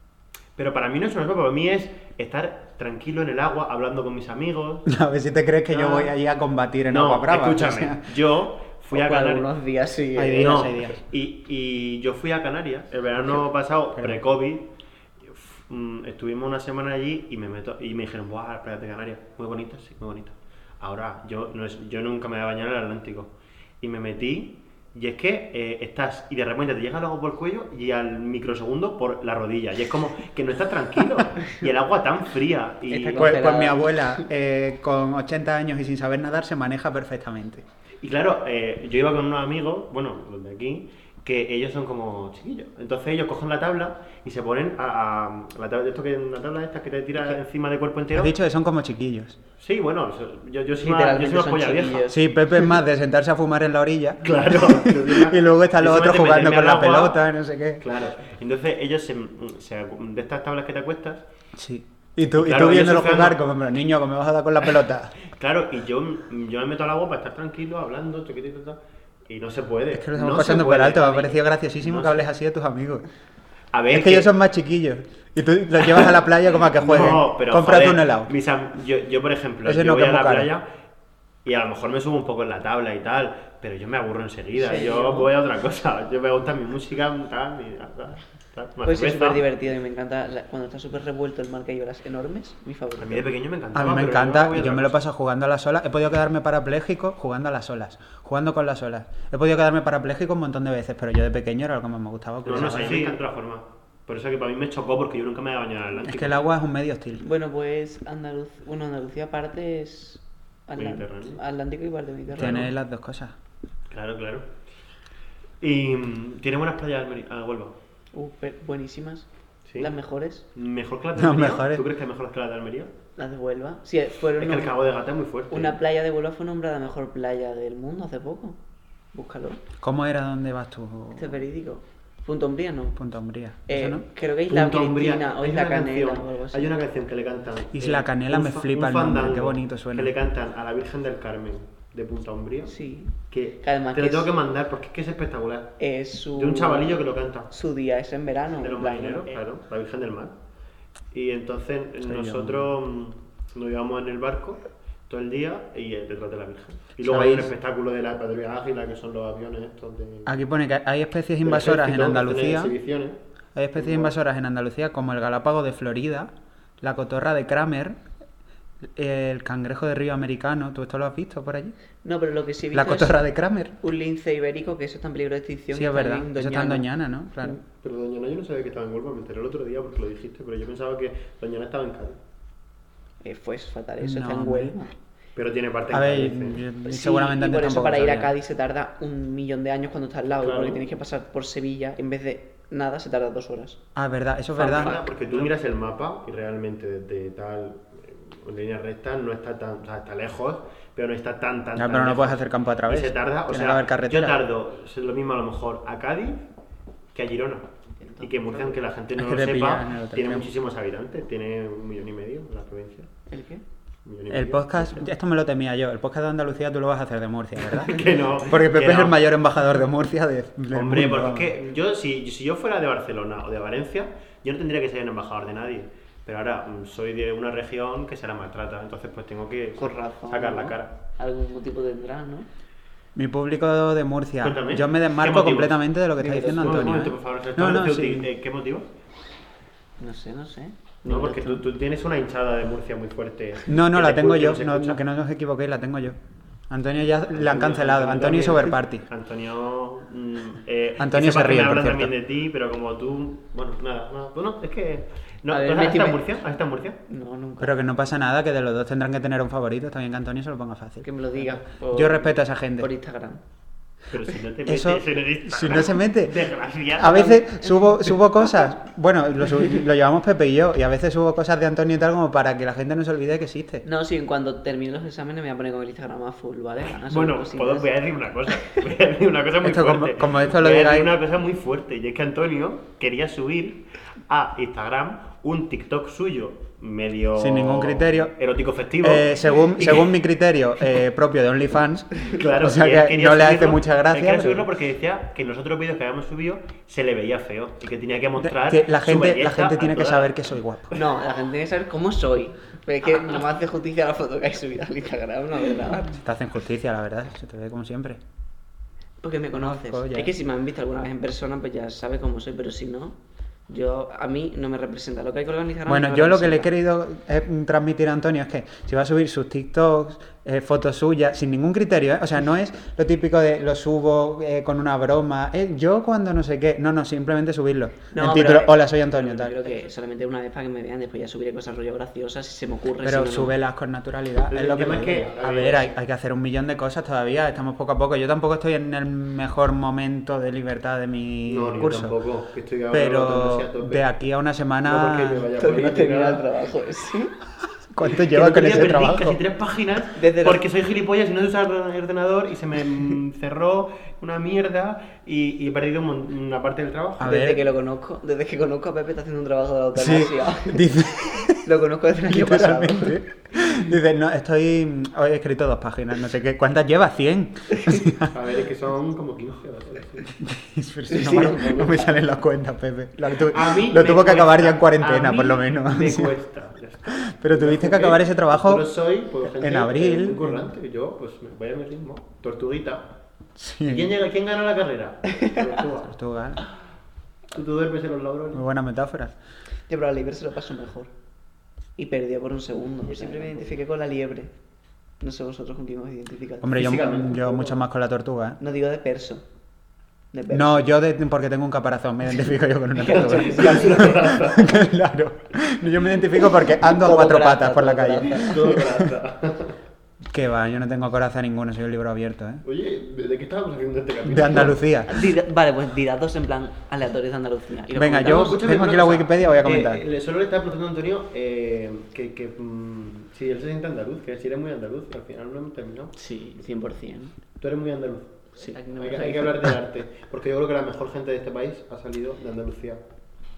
[SPEAKER 3] pero para mí no es una sopa, para mí es estar tranquilo en el agua hablando con mis amigos.
[SPEAKER 2] A ver si te crees que yo
[SPEAKER 3] No.
[SPEAKER 2] voy ahí a combatir en
[SPEAKER 3] no,
[SPEAKER 2] agua pues brava.
[SPEAKER 3] escúchame,
[SPEAKER 2] o sea,
[SPEAKER 3] yo fui a
[SPEAKER 1] Ojo,
[SPEAKER 3] Canarias.
[SPEAKER 1] algunos días sí.
[SPEAKER 2] Hay
[SPEAKER 1] eh.
[SPEAKER 2] días,
[SPEAKER 3] No,
[SPEAKER 2] hay días.
[SPEAKER 3] Y, y yo fui a Canarias el verano pasado,
[SPEAKER 2] Pero-
[SPEAKER 3] pre-COVID. f- mm, Estuvimos una semana allí y me meto y me dijeron, ¡buah, las playas de Canarias! Muy bonitas, sí, muy bonitas. Ahora, yo, no es- yo nunca me había bañado en el Atlántico. Y me metí, y es que eh, estás, y de repente te llega el agua por el cuello y al microsegundo por la rodilla. Y es como que no estás tranquilo. y el agua tan fría. Y,
[SPEAKER 1] Está
[SPEAKER 2] pues, pues mi
[SPEAKER 1] Congelada.
[SPEAKER 2] abuela, eh, con 80 años y sin saber nadar, se maneja perfectamente.
[SPEAKER 3] Y claro, eh, yo iba con unos amigos, bueno, los de aquí, que ellos son como chiquillos. Entonces ellos cogen la tabla y se ponen a, a- la tabla, esto que una tabla esta que te tira encima del cuerpo entero.
[SPEAKER 2] Has dicho que son como chiquillos.
[SPEAKER 3] Sí, bueno, so- yo, yo soy una, yo soy
[SPEAKER 1] Literalmente
[SPEAKER 3] una
[SPEAKER 1] son
[SPEAKER 3] polla vieja.
[SPEAKER 1] chiquillos.
[SPEAKER 2] Sí, Pepe es más de sentarse a fumar en la orilla.
[SPEAKER 3] Claro.
[SPEAKER 2] Y luego están los otros
[SPEAKER 3] Encima de
[SPEAKER 2] jugando
[SPEAKER 3] meterme
[SPEAKER 2] con
[SPEAKER 3] al
[SPEAKER 2] la
[SPEAKER 3] agua.
[SPEAKER 2] pelota, no sé qué.
[SPEAKER 3] Claro. Entonces ellos se, se- de estas tablas que te acuestas,
[SPEAKER 2] Sí. Y tú, y
[SPEAKER 3] Claro,
[SPEAKER 2] tú
[SPEAKER 3] yo
[SPEAKER 2] viéndolo
[SPEAKER 3] surfeando.
[SPEAKER 2] jugar, como, pero, niño, ¿cómo me vas a dar con la pelota?
[SPEAKER 3] claro, y yo, yo me meto al agua para estar tranquilo, hablando, chiquitito, tal, y no se puede.
[SPEAKER 2] Es que lo estamos
[SPEAKER 3] No se
[SPEAKER 2] pasando por
[SPEAKER 3] puede.
[SPEAKER 2] alto. Me ha parecido graciosísimo
[SPEAKER 3] No
[SPEAKER 2] que
[SPEAKER 3] se-
[SPEAKER 2] hables así de tus amigos.
[SPEAKER 3] A ver,
[SPEAKER 2] es que, ellos son más chiquillos. Y tú los llevas a la playa como a que jueguen.
[SPEAKER 3] No, pero
[SPEAKER 2] Cómprate
[SPEAKER 3] joder,
[SPEAKER 2] un helado.
[SPEAKER 3] mis am- yo, yo, por ejemplo,
[SPEAKER 2] Ese
[SPEAKER 3] yo
[SPEAKER 2] no,
[SPEAKER 3] voy
[SPEAKER 2] que
[SPEAKER 3] a
[SPEAKER 2] es
[SPEAKER 3] la
[SPEAKER 2] muy caro.
[SPEAKER 3] playa y a lo mejor me subo un poco en la tabla y tal, pero yo me aburro enseguida.
[SPEAKER 1] Sí,
[SPEAKER 3] yo
[SPEAKER 1] ¿no?
[SPEAKER 3] voy a otra cosa. Yo me gusta mi música, tal, mi... tal, una
[SPEAKER 1] Pues es
[SPEAKER 3] cerveza.
[SPEAKER 1] súper divertido y me encanta la- cuando está súper revuelto el mar que hay olas enormes, mi favorito.
[SPEAKER 3] A mí de pequeño me encantaba.
[SPEAKER 2] A mí me
[SPEAKER 3] pero
[SPEAKER 2] encanta
[SPEAKER 3] voy
[SPEAKER 2] y
[SPEAKER 3] a
[SPEAKER 2] yo me
[SPEAKER 3] otra
[SPEAKER 2] lo
[SPEAKER 3] cosa.
[SPEAKER 2] paso jugando a las olas. He podido quedarme parapléjico jugando a las olas, jugando con las olas. He podido quedarme parapléjico un montón de veces, pero yo de pequeño era lo que más me gustaba.
[SPEAKER 3] No, no sé,
[SPEAKER 2] curiosamente.
[SPEAKER 3] me encantó la forma. Por eso que para mí me chocó porque yo nunca me había bañado en el
[SPEAKER 2] es
[SPEAKER 3] Atlántico.
[SPEAKER 2] que el agua es un medio hostil.
[SPEAKER 1] Bueno, pues Andaluz... bueno, Andalucía aparte es Atlan-
[SPEAKER 3] Mediterráneo.
[SPEAKER 1] Atlántico y parte Mediterráneo.
[SPEAKER 2] Tiene las dos cosas.
[SPEAKER 3] Claro, claro. Y mm, tiene buenas playas Almería. Ah, Huelva.
[SPEAKER 1] Uh, per- buenísimas.
[SPEAKER 3] Sí.
[SPEAKER 1] Las mejores,
[SPEAKER 3] ¿Mejor que las de
[SPEAKER 2] Las
[SPEAKER 3] Almería?
[SPEAKER 2] mejores.
[SPEAKER 3] ¿Tú crees que hay mejor que las de Almería?
[SPEAKER 1] las de Huelva. Sí, eh, fueron
[SPEAKER 3] Es que el
[SPEAKER 1] nom-
[SPEAKER 3] Cabo de Gata es muy fuerte.
[SPEAKER 1] una playa de Huelva fue nombrada mejor playa del mundo hace poco. Búscalo.
[SPEAKER 2] ¿Cómo era donde vas tú?
[SPEAKER 1] Este es verídico. Punto Umbría no.
[SPEAKER 2] Punto Hombría.
[SPEAKER 1] Eh,
[SPEAKER 2] ¿Eso no?
[SPEAKER 1] Creo que Isla
[SPEAKER 3] Punto
[SPEAKER 1] Cristina
[SPEAKER 3] Umbría.
[SPEAKER 1] o
[SPEAKER 3] Hay
[SPEAKER 1] Isla
[SPEAKER 3] una,
[SPEAKER 1] Canela o algo
[SPEAKER 3] canción,
[SPEAKER 1] así.
[SPEAKER 3] hay una canción que le cantan. eh,
[SPEAKER 2] Isla Canela
[SPEAKER 3] un
[SPEAKER 2] me
[SPEAKER 3] fa-
[SPEAKER 2] flipa
[SPEAKER 3] un
[SPEAKER 2] el nombre,
[SPEAKER 3] fandango
[SPEAKER 2] qué bonito suena.
[SPEAKER 3] Que le cantan a la Virgen del Carmen de Punta Umbría.
[SPEAKER 1] Sí.
[SPEAKER 3] Que,
[SPEAKER 1] Que además
[SPEAKER 3] te
[SPEAKER 1] que
[SPEAKER 3] lo tengo
[SPEAKER 1] es-
[SPEAKER 3] que mandar porque es que es espectacular.
[SPEAKER 1] Es su...
[SPEAKER 3] De un chavalillo que lo canta.
[SPEAKER 1] Su día es en verano.
[SPEAKER 3] De los
[SPEAKER 1] en plan,
[SPEAKER 3] marineros,
[SPEAKER 1] eh,
[SPEAKER 3] claro, la Virgen del Mar. Y entonces
[SPEAKER 2] Soy
[SPEAKER 3] nosotros mm, nos íbamos en el barco todo el día y eh, detrás de la Virgen. Y luego hay un
[SPEAKER 2] ¿Sabéis?
[SPEAKER 3] espectáculo de la patrulla águila, que son los aviones estos de.
[SPEAKER 2] Aquí pone que hay especies
[SPEAKER 3] del
[SPEAKER 2] invasoras en
[SPEAKER 3] ejército, que hacen
[SPEAKER 2] Andalucía.
[SPEAKER 3] exhibiciones.
[SPEAKER 2] Hay especies invasoras en Andalucía como el galápago de Florida, la cotorra de Kramer, el cangrejo de río americano. ¿Tú esto lo has visto por allí?
[SPEAKER 1] No, pero lo que sí he visto
[SPEAKER 2] La cotorra
[SPEAKER 1] es
[SPEAKER 2] de Kramer.
[SPEAKER 1] un lince ibérico que eso está en peligro de extinción.
[SPEAKER 2] Sí,
[SPEAKER 1] que
[SPEAKER 2] es
[SPEAKER 1] está
[SPEAKER 2] verdad.
[SPEAKER 1] en
[SPEAKER 2] Eso está en Doñana, ¿no? Claro.
[SPEAKER 3] Pero Doñana, yo no sabía que estaba en Huelva, me enteré el otro día porque lo dijiste, pero yo pensaba que Doñana estaba en Cádiz.
[SPEAKER 1] Eh, pues fatal, eso
[SPEAKER 2] No,
[SPEAKER 1] está en
[SPEAKER 2] hombre.
[SPEAKER 1] Huelva.
[SPEAKER 3] Pero tiene parte en
[SPEAKER 2] A ver,
[SPEAKER 3] Cádiz. ¿eh?
[SPEAKER 2] yo-
[SPEAKER 1] Sí, y
[SPEAKER 2] seguramente antes
[SPEAKER 1] por eso
[SPEAKER 2] tampoco
[SPEAKER 1] para ir a
[SPEAKER 2] sabía.
[SPEAKER 1] Cádiz se tarda un millón de años cuando está al lado,
[SPEAKER 3] Claro.
[SPEAKER 1] porque tienes que pasar por Sevilla, en vez de nada se tarda dos horas.
[SPEAKER 2] Ah, verdad, eso es
[SPEAKER 3] Nada,
[SPEAKER 2] verdad.
[SPEAKER 3] Porque tú miras el mapa y realmente desde tal eh, en línea recta no está tan, o sea, está lejos, pero no está tan, tan,
[SPEAKER 2] Ya,
[SPEAKER 3] tan
[SPEAKER 2] pero no
[SPEAKER 3] lejos.
[SPEAKER 2] puedes hacer campo a través.
[SPEAKER 3] Y se tarda, o
[SPEAKER 2] Tiene que
[SPEAKER 3] sea,
[SPEAKER 2] haber carretera.
[SPEAKER 3] yo tardo es lo mismo a lo mejor a Cádiz que a Girona. Y que Murcia, aunque la gente
[SPEAKER 2] Es
[SPEAKER 3] no
[SPEAKER 2] que te
[SPEAKER 3] lo sepa,
[SPEAKER 2] pillan en el otro
[SPEAKER 3] tiene
[SPEAKER 2] extremo.
[SPEAKER 3] muchísimos habitantes, tiene un millón y medio la provincia.
[SPEAKER 1] ¿El qué?
[SPEAKER 3] un millón y
[SPEAKER 2] El
[SPEAKER 3] medio.
[SPEAKER 2] podcast, esto me lo temía yo, el podcast de Andalucía tú lo vas a hacer de Murcia, ¿verdad?
[SPEAKER 3] Que no.
[SPEAKER 2] Porque
[SPEAKER 3] que
[SPEAKER 2] Pepe es
[SPEAKER 3] no.
[SPEAKER 2] el mayor embajador de Murcia de, del
[SPEAKER 3] Hombre,
[SPEAKER 2] mundo,
[SPEAKER 3] porque es
[SPEAKER 2] vamos.
[SPEAKER 3] que yo, si, si yo fuera de Barcelona o de Valencia, yo no tendría que ser un embajador de nadie. Pero ahora mm, soy de una región que se la maltrata, entonces pues tengo que
[SPEAKER 1] Con razón.
[SPEAKER 3] sacar la
[SPEAKER 1] ¿no?
[SPEAKER 3] cara.
[SPEAKER 1] Algún motivo tendrá, ¿no?
[SPEAKER 2] Mi público de Murcia.
[SPEAKER 3] Cuéntame,
[SPEAKER 2] Yo me
[SPEAKER 3] ¿qué
[SPEAKER 2] desmarco
[SPEAKER 3] motivos?
[SPEAKER 2] completamente de lo que está
[SPEAKER 1] Dime,
[SPEAKER 2] diciendo
[SPEAKER 3] Un
[SPEAKER 1] Antonio,
[SPEAKER 3] momento,
[SPEAKER 2] ¿eh?
[SPEAKER 3] por favor,
[SPEAKER 2] No, no,
[SPEAKER 3] ¿qué
[SPEAKER 2] sí.
[SPEAKER 3] uti- eh, ¿qué motivo?
[SPEAKER 1] No sé, no sé.
[SPEAKER 3] No, porque tú, tú tienes una hinchada de Murcia muy fuerte.
[SPEAKER 2] No, no,
[SPEAKER 3] que
[SPEAKER 2] la
[SPEAKER 3] te
[SPEAKER 2] tengo
[SPEAKER 3] escucha,
[SPEAKER 2] yo.
[SPEAKER 3] se
[SPEAKER 2] No,
[SPEAKER 3] escucha.
[SPEAKER 2] no, que no os equivoquéis, la tengo yo. Antonio ya la han cancelado.
[SPEAKER 3] Antonio
[SPEAKER 2] Antonio es
[SPEAKER 3] también.
[SPEAKER 2] overparty.
[SPEAKER 3] Antonio. mm, eh,
[SPEAKER 2] Antonio
[SPEAKER 3] que
[SPEAKER 2] se
[SPEAKER 3] sepa que
[SPEAKER 2] ríe,
[SPEAKER 3] me
[SPEAKER 2] por
[SPEAKER 3] hablan
[SPEAKER 2] cierto.
[SPEAKER 3] también de ti, pero como tú. Bueno, nada, nada. Bueno, es que. No,
[SPEAKER 1] A ver,
[SPEAKER 3] ¿tú
[SPEAKER 1] me
[SPEAKER 3] has estado en
[SPEAKER 1] estoy-
[SPEAKER 3] Murcia? ¿Has estado en Murcia?
[SPEAKER 1] No, nunca.
[SPEAKER 2] Pero que no pasa nada, que de los dos tendrán que tener un favorito. Está bien que Antonio se lo ponga fácil.
[SPEAKER 1] Que me lo diga. por-
[SPEAKER 2] Yo respeto a esa gente.
[SPEAKER 1] Por Instagram.
[SPEAKER 3] Pero si no te metes
[SPEAKER 2] Eso,
[SPEAKER 3] en el
[SPEAKER 2] si no se mete.
[SPEAKER 3] Desgraciado.
[SPEAKER 2] A veces subo, subo cosas. Bueno, lo, sub- lo llevamos Pepe y yo. Y a veces subo cosas de Antonio y tal como para que la gente no se olvide que existe.
[SPEAKER 1] No, sí, en cuanto termine los exámenes me voy a poner con el Instagram a full, ¿vale? Van a subir
[SPEAKER 3] Bueno,
[SPEAKER 1] cositas.
[SPEAKER 3] puedo, voy a decir una cosa. Voy a decir una cosa muy
[SPEAKER 2] Esto, como-
[SPEAKER 3] fuerte.
[SPEAKER 2] como esto lo
[SPEAKER 3] voy a decir
[SPEAKER 2] digáis-
[SPEAKER 3] una cosa muy fuerte. Y es que Antonio quería subir a Instagram un TikTok suyo medio.
[SPEAKER 2] Sin ningún criterio.
[SPEAKER 3] Erótico festivo.
[SPEAKER 2] Eh, según,
[SPEAKER 3] Y-
[SPEAKER 2] según mi criterio eh, propio de OnlyFans,
[SPEAKER 3] Claro,
[SPEAKER 2] o sea
[SPEAKER 3] y él
[SPEAKER 2] que
[SPEAKER 3] quería
[SPEAKER 2] no le hace
[SPEAKER 3] subirlo-
[SPEAKER 2] mucha
[SPEAKER 3] Él quería
[SPEAKER 2] gracia.
[SPEAKER 3] subirlo porque decía que en los otros vídeos que habíamos subido se le veía feo y que tenía que mostrar.
[SPEAKER 2] que la
[SPEAKER 3] su
[SPEAKER 2] gente, la
[SPEAKER 3] belleza
[SPEAKER 2] gente
[SPEAKER 3] a
[SPEAKER 2] tiene que
[SPEAKER 3] toda-
[SPEAKER 2] saber que soy guapo.
[SPEAKER 1] No, la gente tiene que saber cómo soy. Pero es que no me hace justicia la foto que hay subida al Instagram, no, ¿verdad?
[SPEAKER 2] Se te hacen justicia, la verdad. Se te ve como siempre.
[SPEAKER 1] Porque me conoces.
[SPEAKER 2] Conozco ya.
[SPEAKER 1] Es que si me han visto alguna vez en persona, pues ya sabe cómo soy, pero si no, yo a mí no me representa. Lo que hay que organizar
[SPEAKER 2] Bueno, yo lo que le he querido eh, transmitir a Antonio es que si va a subir sus TikToks, eh, fotos suyas, sin ningún criterio, ¿eh? o sea, no es lo típico de lo subo eh, con una broma, eh, yo cuando no sé qué, no, no, simplemente subirlo. el
[SPEAKER 1] eh,
[SPEAKER 2] título, hola, soy Antonio,
[SPEAKER 1] Creo
[SPEAKER 2] tal.
[SPEAKER 1] que solamente una vez para que me vean, después ya subiré cosas rollo graciosas si se me ocurre. si no,
[SPEAKER 2] Pero
[SPEAKER 1] no.
[SPEAKER 2] súbelas con naturalidad.
[SPEAKER 3] El
[SPEAKER 2] Es lo que
[SPEAKER 3] tema
[SPEAKER 2] me
[SPEAKER 3] es que-
[SPEAKER 2] digo. A ver, hay, hay que hacer un millón de cosas todavía, estamos poco a poco. Yo tampoco estoy en el mejor momento de libertad de mi
[SPEAKER 3] No, yo
[SPEAKER 2] curso.
[SPEAKER 3] tampoco. Que estoy ahora levantándose a
[SPEAKER 2] Pero
[SPEAKER 3] tope.
[SPEAKER 2] de aquí a una semana...
[SPEAKER 3] No, porque yo vaya-
[SPEAKER 1] Todavía no termina el trabajo ese.
[SPEAKER 2] ¿Cuánto
[SPEAKER 3] Que el
[SPEAKER 2] lleva
[SPEAKER 3] otro
[SPEAKER 2] con
[SPEAKER 3] día
[SPEAKER 2] ese
[SPEAKER 3] perdí
[SPEAKER 2] trabajo?
[SPEAKER 3] casi tres páginas
[SPEAKER 1] Desde los-
[SPEAKER 3] porque soy gilipollas y no sé usar el ordenador y se me mm, cerró una mierda y, y he perdido un mon- una parte del trabajo.
[SPEAKER 2] A
[SPEAKER 1] desde
[SPEAKER 2] ver.
[SPEAKER 1] que lo conozco, desde que conozco a Pepe está haciendo un trabajo de
[SPEAKER 2] Sí,
[SPEAKER 1] eutanasia.
[SPEAKER 2] dice...
[SPEAKER 1] lo conozco desde el año pasado.
[SPEAKER 2] Literalmente. Dices, no, estoy. Hoy he escrito dos páginas, no sé qué. ¿Cuántas lleva? 100.
[SPEAKER 3] A ver, es que son como 15 horas.
[SPEAKER 2] Pero si
[SPEAKER 1] Sí,
[SPEAKER 2] no,
[SPEAKER 1] sí,
[SPEAKER 2] me,
[SPEAKER 1] no,
[SPEAKER 2] no me salen las cuentas, Pepe. Lo, tu-
[SPEAKER 3] A mí
[SPEAKER 2] lo
[SPEAKER 3] me
[SPEAKER 2] tuvo que acabar
[SPEAKER 3] cuesta,
[SPEAKER 2] ya en
[SPEAKER 3] a
[SPEAKER 2] cuarentena,
[SPEAKER 3] mí
[SPEAKER 2] por lo menos.
[SPEAKER 3] Me cuesta. ya está.
[SPEAKER 2] Pero tuviste que acabar ese trabajo
[SPEAKER 3] Yo soy, pues, gente
[SPEAKER 2] en abril.
[SPEAKER 3] muy currante, yo pues me voy a mi ritmo. Tortuguita.
[SPEAKER 2] Sí.
[SPEAKER 3] ¿Quién, llega, ¿Quién gana la carrera? Tortuga.
[SPEAKER 2] Tortuga. ¿eh?
[SPEAKER 3] Tú te duermes en los laurones.
[SPEAKER 2] Muy buenas metáforas.
[SPEAKER 1] Yo, pero a la liebre se lo paso mejor. Y perdió por un segundo. Yo siempre me identifiqué con la liebre. No sé vosotros con quién os identificáis.
[SPEAKER 2] Hombre, yo,
[SPEAKER 3] Físicamente,
[SPEAKER 2] yo
[SPEAKER 3] un poco.
[SPEAKER 2] mucho más con la tortuga. ¿eh?
[SPEAKER 1] No digo de perso. De perso.
[SPEAKER 2] No, yo de- porque tengo un caparazón, me identifico yo con una tortuga. claro. Yo me identifico porque ando a
[SPEAKER 1] Todo
[SPEAKER 2] cuatro
[SPEAKER 1] coraza,
[SPEAKER 2] patas por la
[SPEAKER 1] todo
[SPEAKER 2] calle.
[SPEAKER 1] coraza.
[SPEAKER 3] Todo coraza.
[SPEAKER 2] Que va, yo no tengo coraza ninguno, soy un libro abierto, ¿eh?
[SPEAKER 3] Oye, ¿de qué estábamos haciendo este capítulo?
[SPEAKER 2] De Andalucía.
[SPEAKER 1] Dida- vale, pues di datos en plan aleatorios de Andalucía. Y lo
[SPEAKER 2] Venga,
[SPEAKER 1] comentamos.
[SPEAKER 2] Ah, yo-
[SPEAKER 3] escúchame
[SPEAKER 2] tengo
[SPEAKER 3] una
[SPEAKER 2] aquí la
[SPEAKER 3] cosa.
[SPEAKER 2] Wikipedia, voy a comentar.
[SPEAKER 3] Eh, le- solo le estaba preguntando a Antonio eh, que, que, mm, si él se siente andaluz, que si eres muy andaluz, al final no hemos terminado.
[SPEAKER 1] Sí, 100%.
[SPEAKER 3] Tú eres muy andaluz.
[SPEAKER 1] Sí, aquí no me
[SPEAKER 3] Hay, que-
[SPEAKER 1] pasa
[SPEAKER 3] hay que
[SPEAKER 1] eso.
[SPEAKER 3] hablar del arte, porque yo creo que la mejor gente de este país ha salido de Andalucía.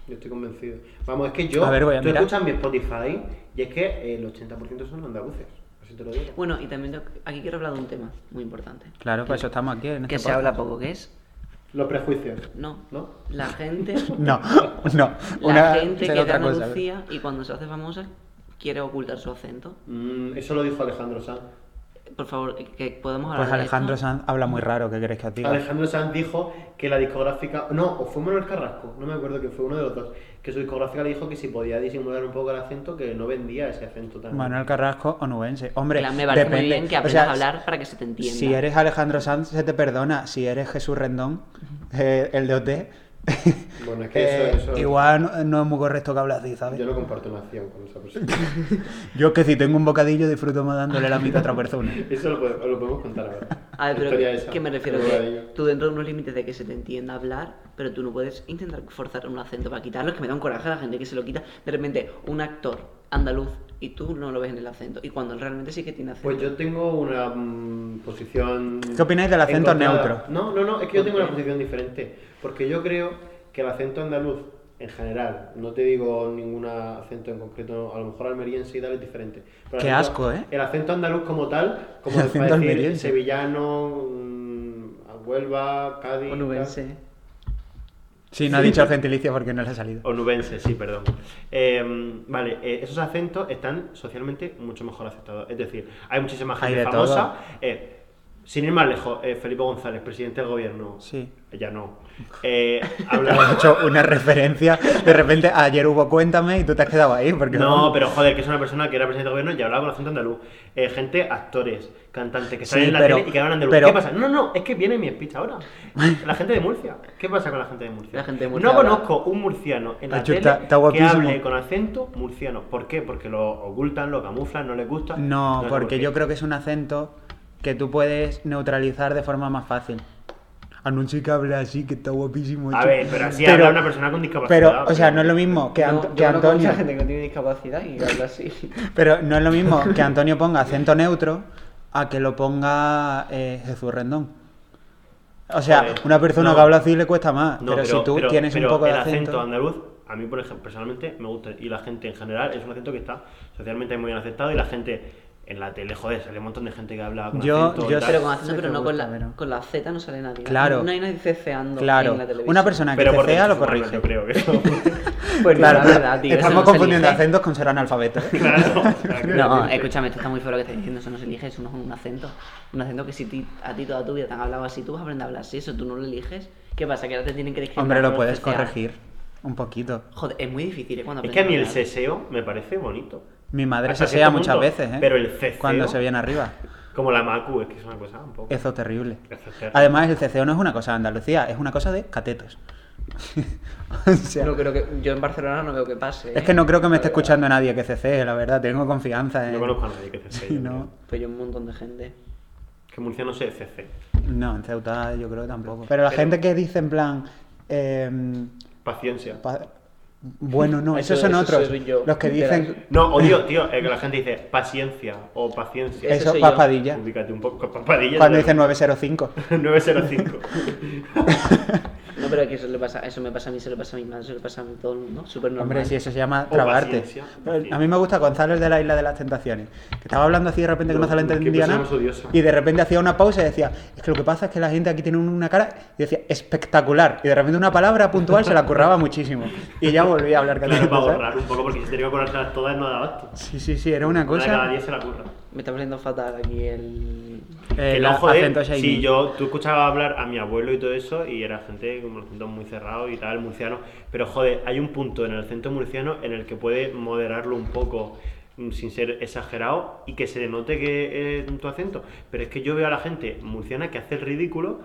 [SPEAKER 3] Yo estoy convencido. Vamos, es que yo.
[SPEAKER 2] A ver, voy a
[SPEAKER 3] tú
[SPEAKER 2] mirar.
[SPEAKER 3] escuchas mi Spotify y es que el 80% son andaluces. Así te lo digo.
[SPEAKER 1] Bueno, y también tengo- aquí quiero hablar de un tema muy importante.
[SPEAKER 2] Claro, pues eso estamos aquí. En
[SPEAKER 1] que
[SPEAKER 2] este
[SPEAKER 1] se
[SPEAKER 2] podcast.
[SPEAKER 1] habla poco, que es.
[SPEAKER 3] Los prejuicios.
[SPEAKER 1] No.
[SPEAKER 3] ¿No?
[SPEAKER 1] La gente.
[SPEAKER 2] No, no.
[SPEAKER 1] la
[SPEAKER 2] Una
[SPEAKER 1] gente que
[SPEAKER 2] será
[SPEAKER 1] es de
[SPEAKER 2] otra cosa.
[SPEAKER 1] Andalucía y cuando se hace famosa quiere ocultar su acento.
[SPEAKER 3] Mm, eso lo dijo Alejandro Sanz.
[SPEAKER 1] Por favor, que podemos hablar.
[SPEAKER 2] Pues
[SPEAKER 1] de
[SPEAKER 2] Alejandro
[SPEAKER 1] esto?
[SPEAKER 2] Sanz habla muy raro, ¿qué queréis que os diga?
[SPEAKER 3] Alejandro Sanz dijo que la discográfica, no, o fue Manuel Carrasco, no me acuerdo que fue uno de los dos, que su discográfica le dijo que si podía disimular un poco el acento, que no vendía ese acento tan.
[SPEAKER 2] Manuel Carrasco, onubense. Hombre,
[SPEAKER 1] En plan, me parece
[SPEAKER 2] depende.
[SPEAKER 1] muy bien que
[SPEAKER 2] O
[SPEAKER 1] aprendas
[SPEAKER 2] sea,
[SPEAKER 1] a hablar para que se te entienda.
[SPEAKER 2] Si eres Alejandro Sanz, se te perdona. Si eres Jesús Rendón, eh, el de OT,
[SPEAKER 3] Bueno, es que eso-
[SPEAKER 2] eh,
[SPEAKER 3] eso-
[SPEAKER 2] igual no, no es muy correcto que hablas así, ¿sabes?
[SPEAKER 3] Yo
[SPEAKER 2] Yo,
[SPEAKER 3] no comparto una acción con esa persona.
[SPEAKER 2] es que si tengo un bocadillo, disfruto más dándole la mitad a otra persona.
[SPEAKER 3] eso lo, pode- lo podemos contar ahora.
[SPEAKER 1] A ver,
[SPEAKER 3] La
[SPEAKER 1] pero
[SPEAKER 3] historia
[SPEAKER 1] que-
[SPEAKER 3] esa,
[SPEAKER 1] que me refiero
[SPEAKER 3] pero bueno,
[SPEAKER 1] que tú dentro de unos límites de que se te entienda hablar, pero tú no puedes intentar forzar un acento para quitarlo, que me da un coraje a la gente que se lo quita. De repente, un actor andaluz y tú no lo ves en el acento, y cuando realmente sí que tiene acento.
[SPEAKER 3] Pues yo tengo una mm, posición.
[SPEAKER 2] ¿Qué opináis del acento
[SPEAKER 3] encontrada.
[SPEAKER 2] neutro?
[SPEAKER 3] No, no, no, es que yo tengo una posición diferente. Porque yo creo que el acento andaluz, en general, no te digo ningún acento en concreto, a lo mejor almeriense y tal es diferente. Pero el
[SPEAKER 2] Qué
[SPEAKER 3] acento-
[SPEAKER 2] asco, ¿eh?
[SPEAKER 3] El acento andaluz como tal, como
[SPEAKER 2] El
[SPEAKER 3] de- para
[SPEAKER 2] acento
[SPEAKER 3] decir
[SPEAKER 2] almeriense.
[SPEAKER 3] sevillano, mm, Huelva, Cádiz. tal.
[SPEAKER 1] Onubense.
[SPEAKER 2] Si no ha dicho el gentilicio porque no le ha salido.
[SPEAKER 3] Onubense, sí, perdón. Eh, vale, eh, esos acentos están socialmente mucho mejor aceptados. Es decir, hay muchísima
[SPEAKER 2] Hay
[SPEAKER 3] gente
[SPEAKER 2] de todo.
[SPEAKER 3] famosa. eh, sin ir más lejos, eh, Felipe González, presidente del gobierno.
[SPEAKER 2] Sí.
[SPEAKER 3] Ya no. Eh,
[SPEAKER 2] Has
[SPEAKER 3] hablaba...
[SPEAKER 2] hecho una referencia. De repente, ayer hubo cuéntame y tú te has quedado ahí. Porque,
[SPEAKER 3] No, pero joder, que es una persona que era presidente del gobierno y hablaba con acento andaluz. Eh, gente, actores, cantantes que salen
[SPEAKER 2] Sí,
[SPEAKER 3] en la
[SPEAKER 2] pero-
[SPEAKER 3] tele y que hablan andaluz.
[SPEAKER 2] pero-
[SPEAKER 3] ¿Qué pasa? No, no, es que viene mi speech ahora. La gente de Murcia. ¿Qué pasa con la gente de Murcia?
[SPEAKER 1] La gente de Murcia
[SPEAKER 3] no
[SPEAKER 1] habla-
[SPEAKER 3] conozco un murciano en la
[SPEAKER 2] Achu,
[SPEAKER 3] tele
[SPEAKER 2] está- está
[SPEAKER 3] que
[SPEAKER 2] guapísimo.
[SPEAKER 3] hable con acento murciano. ¿Por qué? Porque lo ocultan, lo camuflan, no les gusta.
[SPEAKER 2] No,
[SPEAKER 3] sé por
[SPEAKER 2] porque
[SPEAKER 3] qué.
[SPEAKER 2] yo creo que es un acento que tú puedes neutralizar de forma más fácil. Anuncio que habla así, que está guapísimo.
[SPEAKER 3] A
[SPEAKER 2] hecho.
[SPEAKER 3] ver, pero así habla una persona con discapacidad.
[SPEAKER 2] Pero, o sea, no es lo mismo que,
[SPEAKER 1] No,
[SPEAKER 2] Ant-
[SPEAKER 1] yo
[SPEAKER 2] que
[SPEAKER 1] conozco
[SPEAKER 2] Antonio.
[SPEAKER 1] mucha gente que tiene discapacidad y habla así.
[SPEAKER 2] Pero no es lo mismo que Antonio ponga acento neutro a que lo ponga eh, Jesús Rendón. O sea,
[SPEAKER 3] Joder,
[SPEAKER 2] una persona
[SPEAKER 3] no.
[SPEAKER 2] que habla así le cuesta más.
[SPEAKER 3] No,
[SPEAKER 2] pero, si tú tienes
[SPEAKER 3] pero
[SPEAKER 2] un poco de
[SPEAKER 3] el
[SPEAKER 2] acento.
[SPEAKER 3] andaluz, a mí, por ejemplo, personalmente me gusta. Y la gente en general es un acento que está socialmente muy bien aceptado. Y la gente en la tele, joder, sale un montón de gente que habla con
[SPEAKER 2] Yo-
[SPEAKER 3] acento.
[SPEAKER 2] yo
[SPEAKER 3] y tal.
[SPEAKER 1] Pero con
[SPEAKER 2] Sí,
[SPEAKER 1] acento,
[SPEAKER 2] te
[SPEAKER 1] pero no con
[SPEAKER 2] gusta,
[SPEAKER 1] la,
[SPEAKER 2] pero-
[SPEAKER 1] con la Z no sale nadie.
[SPEAKER 2] Claro.
[SPEAKER 1] No hay nadie ceceando
[SPEAKER 2] claro,
[SPEAKER 1] en la televisión.
[SPEAKER 2] una persona que
[SPEAKER 3] Pero porque
[SPEAKER 2] cecea
[SPEAKER 3] se
[SPEAKER 2] lo
[SPEAKER 3] fuman,
[SPEAKER 2] corrige.
[SPEAKER 3] Yo creo que
[SPEAKER 1] Pues no,
[SPEAKER 2] Claro,
[SPEAKER 1] la verdad, tío. eso
[SPEAKER 2] estamos
[SPEAKER 1] no se
[SPEAKER 2] confundiendo
[SPEAKER 1] elige.
[SPEAKER 2] acentos con ser analfabeto.
[SPEAKER 3] Claro. o sea, que-
[SPEAKER 1] No, escúchame, esto está muy feo lo que estás diciendo, eso no se elige, eso no es un acento. Un acento que si ti- a ti toda tu vida te han hablado así, tú vas a aprender a hablar así, eso tú no lo eliges. ¿Qué pasa? Que ahora te tienen que discriminar.
[SPEAKER 2] Hombre, lo
[SPEAKER 1] por
[SPEAKER 2] puedes
[SPEAKER 1] CCA.
[SPEAKER 2] corregir un poquito.
[SPEAKER 1] Joder, es muy difícil, ¿eh? Cuando
[SPEAKER 3] Es que a mí el
[SPEAKER 1] aprendes hablar.
[SPEAKER 3] seseo me parece bonito.
[SPEAKER 2] Mi madre
[SPEAKER 3] Hasta
[SPEAKER 2] se sea
[SPEAKER 3] cierto
[SPEAKER 2] muchas
[SPEAKER 3] punto,
[SPEAKER 2] veces, ¿eh?
[SPEAKER 3] pero el ceceo-
[SPEAKER 2] Cuando se viene arriba.
[SPEAKER 3] Como la macu, es que es una cosa un poco.
[SPEAKER 2] Eso es terrible.
[SPEAKER 3] Eso es terrible.
[SPEAKER 2] Además, el ceceo no es una cosa de Andalucía, es una cosa de catetos. O sea,
[SPEAKER 1] No creo que. Yo en Barcelona no veo que pase.
[SPEAKER 2] es
[SPEAKER 1] ¿eh?
[SPEAKER 2] que no creo que me esté escuchando nadie que cecee, la verdad. Tengo confianza en...
[SPEAKER 3] No conozco a nadie que cecee.
[SPEAKER 2] Sí,
[SPEAKER 3] yo
[SPEAKER 2] eh. no.
[SPEAKER 3] creo.
[SPEAKER 1] Pues yo un montón de gente.
[SPEAKER 3] Que en Murcia no se cecee.
[SPEAKER 2] No, en Ceuta yo creo que tampoco. Pero la gente que dice en plan... eh,
[SPEAKER 3] Paciencia.
[SPEAKER 2] pa- Bueno, no,
[SPEAKER 1] Eso-
[SPEAKER 2] esos son
[SPEAKER 1] eso
[SPEAKER 2] otros.
[SPEAKER 1] soy yo,
[SPEAKER 2] Los que
[SPEAKER 1] literal.
[SPEAKER 2] dicen...
[SPEAKER 3] No, odio, tío, es que la gente dice paciencia o paciencia.
[SPEAKER 1] Ese
[SPEAKER 2] Eso,
[SPEAKER 1] soy yo.
[SPEAKER 2] papadilla.
[SPEAKER 3] Ubícate un poco, papadilla.
[SPEAKER 2] Cuando
[SPEAKER 3] ¿sabes?
[SPEAKER 2] dicen 905.
[SPEAKER 3] 905.
[SPEAKER 1] No, pero es que eso le pasa, eso me pasa a mí, se le pasa a mi madre, se le pasa a mí todo el mundo. Súper normal.
[SPEAKER 2] Hombre, si eso se llama
[SPEAKER 3] O
[SPEAKER 2] trabarte.
[SPEAKER 3] paciencia,
[SPEAKER 2] Pero
[SPEAKER 3] paciencia.
[SPEAKER 2] A mí me gusta Gonzalo el de la Isla de las Tentaciones. Que estaba hablando así de repente que no se le
[SPEAKER 3] Qué
[SPEAKER 2] entendía
[SPEAKER 3] persona
[SPEAKER 2] nada.
[SPEAKER 3] más odiosa.
[SPEAKER 2] Y de repente hacía una pausa y decía, es que lo que pasa es que la gente aquí tiene una cara y decía, espectacular. Y de repente una palabra puntual se la curraba muchísimo. Y ya volví a hablar
[SPEAKER 3] Claro,
[SPEAKER 2] catalán.
[SPEAKER 3] para
[SPEAKER 2] ¿sabes?
[SPEAKER 3] ahorrar un poco, porque si tenía que cobrárselas todas no da abasto.
[SPEAKER 2] Sí, sí, sí, era una
[SPEAKER 3] Una de cada
[SPEAKER 2] cosa. Eh,
[SPEAKER 3] 10 se la curra.
[SPEAKER 1] Me está poniendo fatal aquí el.
[SPEAKER 2] El
[SPEAKER 3] el ojo de él,
[SPEAKER 2] acento
[SPEAKER 3] sí,
[SPEAKER 2] shiny.
[SPEAKER 3] yo, tú escuchabas hablar a mi abuelo y todo eso, y era gente como el acento muy cerrado y tal, murciano. Pero joder, hay un punto en el acento murciano en el que puede moderarlo un poco mm, sin ser exagerado y que se le note que es tu acento. Pero es que yo veo a la gente murciana que hace el ridículo.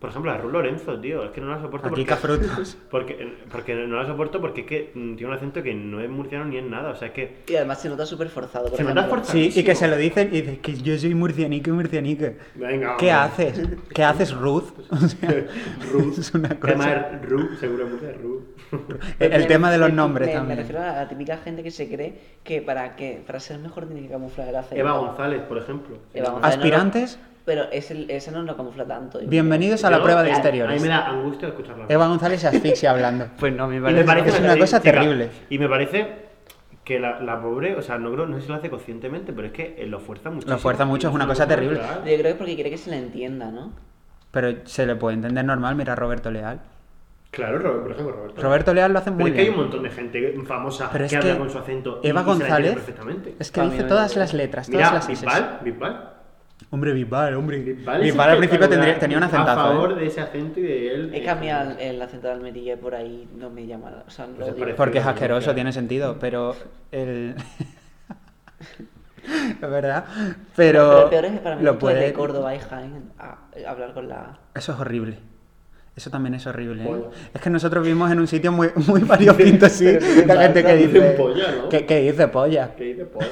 [SPEAKER 3] Por ejemplo, a Ru Lorenzo, tío, es que no la soporto
[SPEAKER 2] Aquí
[SPEAKER 3] porque-
[SPEAKER 2] frutos.
[SPEAKER 3] porque, porque no la soporto porque es que mm, tiene un acento que no es murciano ni es nada. O sea, es que
[SPEAKER 1] Y además se nota súper forzado. Por
[SPEAKER 3] Se nota
[SPEAKER 1] ejemplo.
[SPEAKER 3] forzado.
[SPEAKER 2] Sí, y que se lo dicen y dices que yo soy murcianico y murcianico.
[SPEAKER 3] Venga,
[SPEAKER 2] ¿Qué
[SPEAKER 3] hombre.
[SPEAKER 2] haces? ¿Qué haces, Ruth? O sea,
[SPEAKER 3] Ru,
[SPEAKER 2] es una cosa.
[SPEAKER 3] Tema Ru, seguro es mujer, Ru.
[SPEAKER 2] el,
[SPEAKER 1] Me-
[SPEAKER 2] tema de los
[SPEAKER 1] me-
[SPEAKER 2] nombres
[SPEAKER 1] me,
[SPEAKER 2] también.
[SPEAKER 1] Me refiero a la típica gente que se cree que para que para ser mejor tiene que camuflar el acento.
[SPEAKER 3] Eva González, por ejemplo.
[SPEAKER 1] Eva González no lo-
[SPEAKER 2] Aspirantes,
[SPEAKER 1] pero ese, ese no lo camufla tanto. yo creo.
[SPEAKER 2] bienvenidos a la
[SPEAKER 3] Yo-
[SPEAKER 2] prueba de
[SPEAKER 3] a- A mí
[SPEAKER 2] exteriores.
[SPEAKER 3] me da angustia escucharla.
[SPEAKER 2] Eva González se asfixia hablando.
[SPEAKER 1] Pues no, a mí
[SPEAKER 3] Y
[SPEAKER 1] me
[SPEAKER 3] me
[SPEAKER 1] parece.
[SPEAKER 3] parece
[SPEAKER 2] es
[SPEAKER 3] que
[SPEAKER 2] una
[SPEAKER 3] se-
[SPEAKER 2] cosa
[SPEAKER 3] chica,
[SPEAKER 2] terrible.
[SPEAKER 3] Y me parece que la, la pobre, o sea, no, creo- no sé si lo hace conscientemente, pero es que eh, lo fuerza mucho.
[SPEAKER 2] fuerza mucho, es una cosa terrible.
[SPEAKER 1] Yo creo que es porque quiere que se le entienda, ¿no?
[SPEAKER 2] Pero se le puede entender normal, mira a Roberto Leal.
[SPEAKER 3] Claro, Robert, por ejemplo, Roberto.
[SPEAKER 2] Roberto Leal lo hace
[SPEAKER 3] pero
[SPEAKER 2] muy
[SPEAKER 3] es que hay
[SPEAKER 2] bien.
[SPEAKER 3] un montón de gente famosa
[SPEAKER 2] Pero es
[SPEAKER 3] que
[SPEAKER 2] que
[SPEAKER 3] habla con su acento.
[SPEAKER 2] Eva
[SPEAKER 3] y- y se la entiende
[SPEAKER 2] González
[SPEAKER 3] perfectamente.
[SPEAKER 2] es que
[SPEAKER 1] Para mí
[SPEAKER 2] dice
[SPEAKER 1] me-
[SPEAKER 2] todas las letras, todas
[SPEAKER 3] Mira,
[SPEAKER 2] las S.
[SPEAKER 3] Bisbal, Bisbal.
[SPEAKER 2] Hombre, Bisbal, hombre.
[SPEAKER 3] Bisbal, es
[SPEAKER 2] Bisbal al principio
[SPEAKER 3] espectacular.
[SPEAKER 2] tendría- tenía un
[SPEAKER 3] A
[SPEAKER 2] acentazo.
[SPEAKER 3] favor
[SPEAKER 2] ¿eh?
[SPEAKER 3] de ese acento y de él. eh,
[SPEAKER 1] He cambiado el, el acento de Almería por ahí, no me llama. O sea, no
[SPEAKER 3] Pues
[SPEAKER 1] lo
[SPEAKER 3] es
[SPEAKER 1] digo.
[SPEAKER 3] parecido.
[SPEAKER 2] Porque es
[SPEAKER 3] Sí,
[SPEAKER 2] asqueroso,
[SPEAKER 3] claro.
[SPEAKER 2] tiene sentido, pero el... es verdad, pero...
[SPEAKER 1] Pero el peor es que para mí
[SPEAKER 2] lo
[SPEAKER 1] lo
[SPEAKER 2] puede-
[SPEAKER 1] de Córdoba y Jaén a, a hablar con la.
[SPEAKER 2] Eso es horrible. Eso también es horrible. ¿eh?
[SPEAKER 3] Pollo.
[SPEAKER 2] Es que nosotros vivimos en un sitio muy, muy variopinto, sí.
[SPEAKER 1] Pero
[SPEAKER 2] La gente que
[SPEAKER 3] dice
[SPEAKER 2] dice...
[SPEAKER 3] polla, ¿no?
[SPEAKER 2] que, que dice polla.
[SPEAKER 3] ¿Qué dices, polla?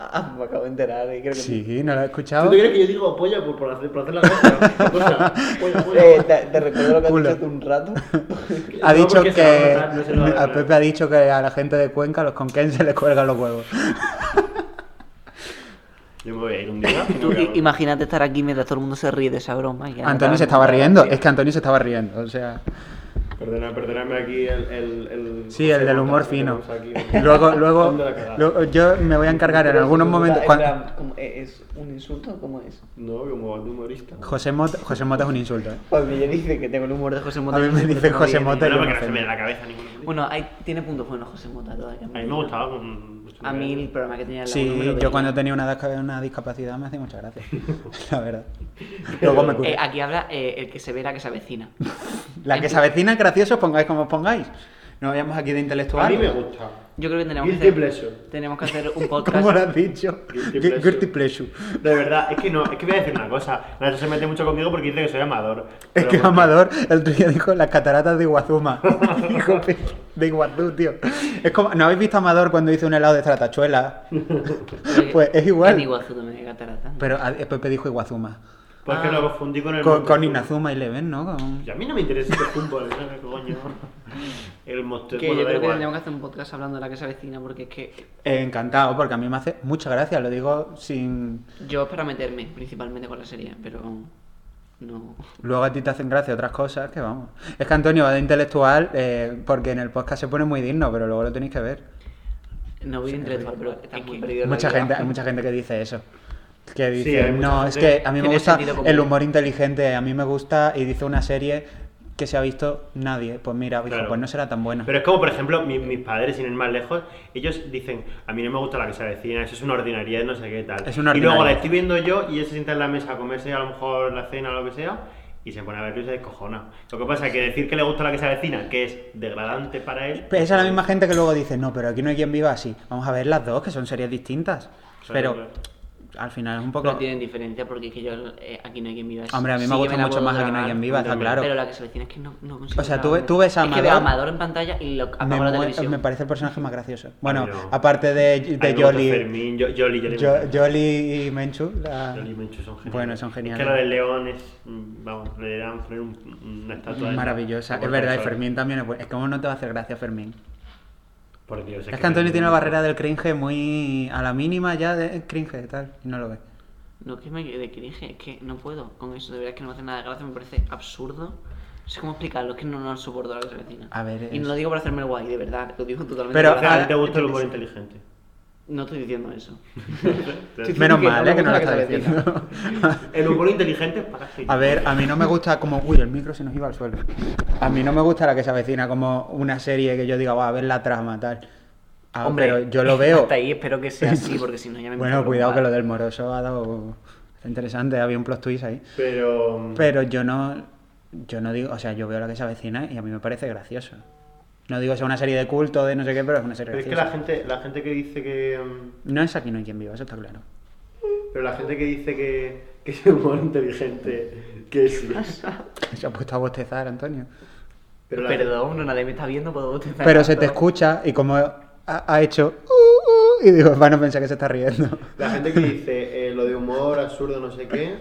[SPEAKER 1] Ah, me acabo de enterar, eh, creo que.
[SPEAKER 2] Sí, ¿no lo has
[SPEAKER 3] ¿Tú
[SPEAKER 2] escuchado?
[SPEAKER 3] te crees que yo digo polla por, por hacer, por hacer la cosa? Cosa, polla, polla.
[SPEAKER 1] Eh, te, te recuerdo lo que has
[SPEAKER 2] Culo.
[SPEAKER 1] dicho hace un rato.
[SPEAKER 2] Ha
[SPEAKER 3] No,
[SPEAKER 2] dicho
[SPEAKER 3] porque se va a
[SPEAKER 2] que...
[SPEAKER 3] notar, no se lo va a
[SPEAKER 2] a
[SPEAKER 3] ganar.
[SPEAKER 2] Pepe ha dicho que a la gente de Cuenca, a los conquenses, les cuelgan los huevos.
[SPEAKER 3] Yo me voy a ir un día.
[SPEAKER 1] Tú i- imagínate estar aquí mientras todo el mundo se ríe de esa broma. y ya
[SPEAKER 2] Antonio
[SPEAKER 1] no-
[SPEAKER 2] se estaba riendo. Es que Antonio se estaba riendo, o sea...
[SPEAKER 3] Perdona, perdóname aquí el... el, el
[SPEAKER 2] Sí, el del humor fino.
[SPEAKER 3] Luego,
[SPEAKER 2] Luego, luego,
[SPEAKER 3] ¿Dónde la cagada?
[SPEAKER 2] luego, yo me voy a encargar en
[SPEAKER 1] Pero
[SPEAKER 2] algunos
[SPEAKER 1] en plan,
[SPEAKER 2] momentos.
[SPEAKER 1] en
[SPEAKER 2] cuan-
[SPEAKER 1] plan, ¿cómo- eh, ¿Es un insulto o cómo es?
[SPEAKER 3] No, como de humorista.
[SPEAKER 2] José Mota, José Mota es un insulto. ¿eh?
[SPEAKER 1] Pues me dice que tengo el humor de José Mota.
[SPEAKER 2] A mí
[SPEAKER 1] yo
[SPEAKER 2] me
[SPEAKER 1] siempre
[SPEAKER 2] dice
[SPEAKER 1] tengo
[SPEAKER 2] José
[SPEAKER 1] bien,
[SPEAKER 2] Mota
[SPEAKER 1] eh.
[SPEAKER 2] y-
[SPEAKER 3] Pero no porque no se me da la cabeza ninguno.
[SPEAKER 1] Bueno, hay, tiene puntos buenos José Mota todavía.
[SPEAKER 3] a mí me gustaba. un-
[SPEAKER 1] A mí el programa que tenía en la uno me lo
[SPEAKER 2] Sí,
[SPEAKER 1] veía.
[SPEAKER 2] yo cuando tenía una, dasca- una discapacidad me hacía mucha gracia. La verdad. Luego me curé.
[SPEAKER 1] Eh, aquí habla eh, el que se ve la que se avecina.
[SPEAKER 2] La que se avecina es gracioso, os pongáis como os pongáis. No vayamos aquí de
[SPEAKER 3] A mí me
[SPEAKER 2] intelectual.
[SPEAKER 3] gusta.
[SPEAKER 1] Yo creo que tenemos
[SPEAKER 3] Guilty
[SPEAKER 1] que
[SPEAKER 3] pleasure.
[SPEAKER 1] hacer, tenemos que hacer un
[SPEAKER 2] ¿Cómo lo
[SPEAKER 1] podcast.
[SPEAKER 2] has dicho?
[SPEAKER 3] Guilty
[SPEAKER 2] Gu-
[SPEAKER 3] pleasure.
[SPEAKER 2] Guilty pleasure.
[SPEAKER 3] De verdad, es que no, es que voy a decir una cosa. Nacho se mete mucho conmigo porque dice que soy amador.
[SPEAKER 2] Es
[SPEAKER 3] Pero
[SPEAKER 2] que
[SPEAKER 3] bueno.
[SPEAKER 2] Amador el otro día dijo las cataratas de Iguazuma. Dijo, "Pe- de Iguazú, tío. Es como, ¿no habéis visto a Amador cuando hizo un helado de tratachuela? Pues es igual. Pues
[SPEAKER 1] En Iguazú también hay cataratas.
[SPEAKER 2] Pero a- Pepe dijo Iguazuma.
[SPEAKER 3] Porque
[SPEAKER 1] Ah.
[SPEAKER 3] lo confundí con el...
[SPEAKER 2] Con,
[SPEAKER 3] mundo
[SPEAKER 2] con
[SPEAKER 3] del
[SPEAKER 2] Inazuma Eleven, ¿no? Con-
[SPEAKER 3] Y a mí no me interesa este fútbol, ¿sabes, coño? El monstruo.
[SPEAKER 1] Que
[SPEAKER 3] bueno,
[SPEAKER 1] yo
[SPEAKER 3] da
[SPEAKER 1] creo que
[SPEAKER 3] igual.
[SPEAKER 1] tendríamos que hacer un podcast hablando de la que se avecina porque es que
[SPEAKER 2] Eh, encantado, porque a mí me hace mucha gracia, lo digo sin...
[SPEAKER 1] yo es para meterme principalmente con la serie, pero no.
[SPEAKER 2] Luego a ti te hacen gracia otras cosas, que vamos. Es que Antonio va de intelectual eh, porque en el podcast se pone muy digno, pero luego lo tenéis que ver.
[SPEAKER 1] No voy a intelectual, pero está muy perdido. en la
[SPEAKER 2] Mucha
[SPEAKER 1] vida.
[SPEAKER 2] gente, hay mucha gente que dice eso. Que
[SPEAKER 3] Sí,
[SPEAKER 2] dice,
[SPEAKER 3] hay mucha
[SPEAKER 2] no, es
[SPEAKER 3] gente
[SPEAKER 2] que a mí
[SPEAKER 1] que
[SPEAKER 2] me
[SPEAKER 1] tiene
[SPEAKER 2] gusta
[SPEAKER 1] sentido común".
[SPEAKER 2] el humor inteligente, a mí me gusta, y dice una serie que se ha visto nadie. Pues mira, hijo,
[SPEAKER 3] Claro.
[SPEAKER 2] pues no será tan buena.
[SPEAKER 3] Pero es como, por ejemplo, mi- mis padres, sin ir más lejos, ellos dicen, a mí no me gusta la que se avecina, eso es una ordinariedad, no sé qué tal.
[SPEAKER 2] Es una
[SPEAKER 3] y luego la
[SPEAKER 2] ordinariedad.
[SPEAKER 3] estoy viendo yo y ellos se sientan en la mesa a comerse a lo mejor la cena o lo que sea, y se pone a verlo y se descojona. Lo que pasa es que decir que le gusta la que se avecina, que es degradante para él...
[SPEAKER 2] Pero esa es la misma gente que luego dice, no, pero aquí no hay quien viva así. Vamos a ver las dos, que son series distintas.
[SPEAKER 3] Claro,
[SPEAKER 2] Pero al final es un
[SPEAKER 1] No
[SPEAKER 2] poco...
[SPEAKER 1] tienen diferencia porque es que yo eh, aquí no hay quien viva.
[SPEAKER 2] Hombre, a mí me
[SPEAKER 1] Sí que
[SPEAKER 2] gusta
[SPEAKER 1] la
[SPEAKER 2] mucho
[SPEAKER 1] puedo
[SPEAKER 2] más Aquí no hay
[SPEAKER 1] grabar,
[SPEAKER 2] quien viva,
[SPEAKER 3] está
[SPEAKER 2] claro.
[SPEAKER 1] Pero la que se avecina es que no, no consigo.
[SPEAKER 2] O sea, tú ve-
[SPEAKER 1] grabarme.
[SPEAKER 2] tú ves a
[SPEAKER 1] Es que veo a
[SPEAKER 2] Amador-
[SPEAKER 1] Amador en pantalla y lo apago
[SPEAKER 2] Me,
[SPEAKER 1] la
[SPEAKER 2] mue-
[SPEAKER 1] televisión.
[SPEAKER 2] me parece el personaje más gracioso. Bueno,
[SPEAKER 3] Pero-
[SPEAKER 2] aparte de, de
[SPEAKER 3] Ahí me gusta
[SPEAKER 2] Jolly,
[SPEAKER 3] Fermín, yo- Jolly, Jolly.
[SPEAKER 2] Jo- Jolly y Menchu, la-
[SPEAKER 3] Jolly y Menchu son geniales.
[SPEAKER 2] Bueno, son
[SPEAKER 3] Es
[SPEAKER 2] geniales.
[SPEAKER 3] que la de León es... mm, Vamos, le deberían poner un- una estatua... de-
[SPEAKER 2] maravillosa.
[SPEAKER 3] por
[SPEAKER 2] Es verdad, y
[SPEAKER 1] eh.
[SPEAKER 3] favor.
[SPEAKER 2] Fermín también es bueno. Es que cómo no te va a hacer gracia Fermín.
[SPEAKER 3] Por Dios,
[SPEAKER 2] Es que Antonio tiene una barrera del cringe muy a la mínima ya de cringe tal, y no lo ve.
[SPEAKER 1] No es que me de cringe, es que no puedo con eso. De verdad que no me hace nada de gracia, me parece absurdo. No sé cómo explicarlo, es que no, no soporto la que se avecina.
[SPEAKER 2] A ver,
[SPEAKER 1] Y
[SPEAKER 2] es-
[SPEAKER 1] no lo digo para hacerme el guay, de verdad, lo digo totalmente.
[SPEAKER 2] Pero-
[SPEAKER 1] de
[SPEAKER 3] O
[SPEAKER 1] verdad.
[SPEAKER 3] sea, a
[SPEAKER 2] ahora-
[SPEAKER 3] ti te gusta el humor inteligente.
[SPEAKER 1] No estoy diciendo eso. Sí,
[SPEAKER 2] Menos
[SPEAKER 1] que no
[SPEAKER 2] mal,
[SPEAKER 1] me
[SPEAKER 2] eh, que no lo
[SPEAKER 1] gusta
[SPEAKER 2] está
[SPEAKER 1] la que se
[SPEAKER 2] diciendo.
[SPEAKER 3] El humor inteligente es para seguir.
[SPEAKER 2] A ver, a mí no me gusta como. Uy, el micro se nos iba al suelo. A mí no me gusta la que se avecina como una serie que yo diga, va a ver la trama, tal. Ah, pero yo lo veo.
[SPEAKER 1] Hasta ahí espero que sea así, porque si no ya me
[SPEAKER 2] Bueno, cuidado que lo del moroso ha dado interesante, había un plot twist ahí.
[SPEAKER 3] Pero.
[SPEAKER 2] Pero yo no, yo no digo, o sea, yo veo la que se avecina y a mí me parece gracioso. No digo que sea una serie de culto, de no sé qué, pero es una serie
[SPEAKER 3] Pero es que
[SPEAKER 2] graciosa.
[SPEAKER 3] la gente, la gente que dice que. mm,
[SPEAKER 2] No es aquí no hay quien viva, eso está claro.
[SPEAKER 3] Pero la gente que dice que, que es humor inteligente, que sí.
[SPEAKER 2] Se ha puesto a bostezar, Antonio.
[SPEAKER 3] Pero la-
[SPEAKER 1] Perdón, no, nadie me está viendo, puedo bostezar
[SPEAKER 2] Pero se
[SPEAKER 1] tanto.
[SPEAKER 2] te escucha y como ha, ha hecho... "Uh, uh", y digo, van a pensar que se está riendo.
[SPEAKER 3] La gente que dice eh, lo de humor absurdo, no sé qué,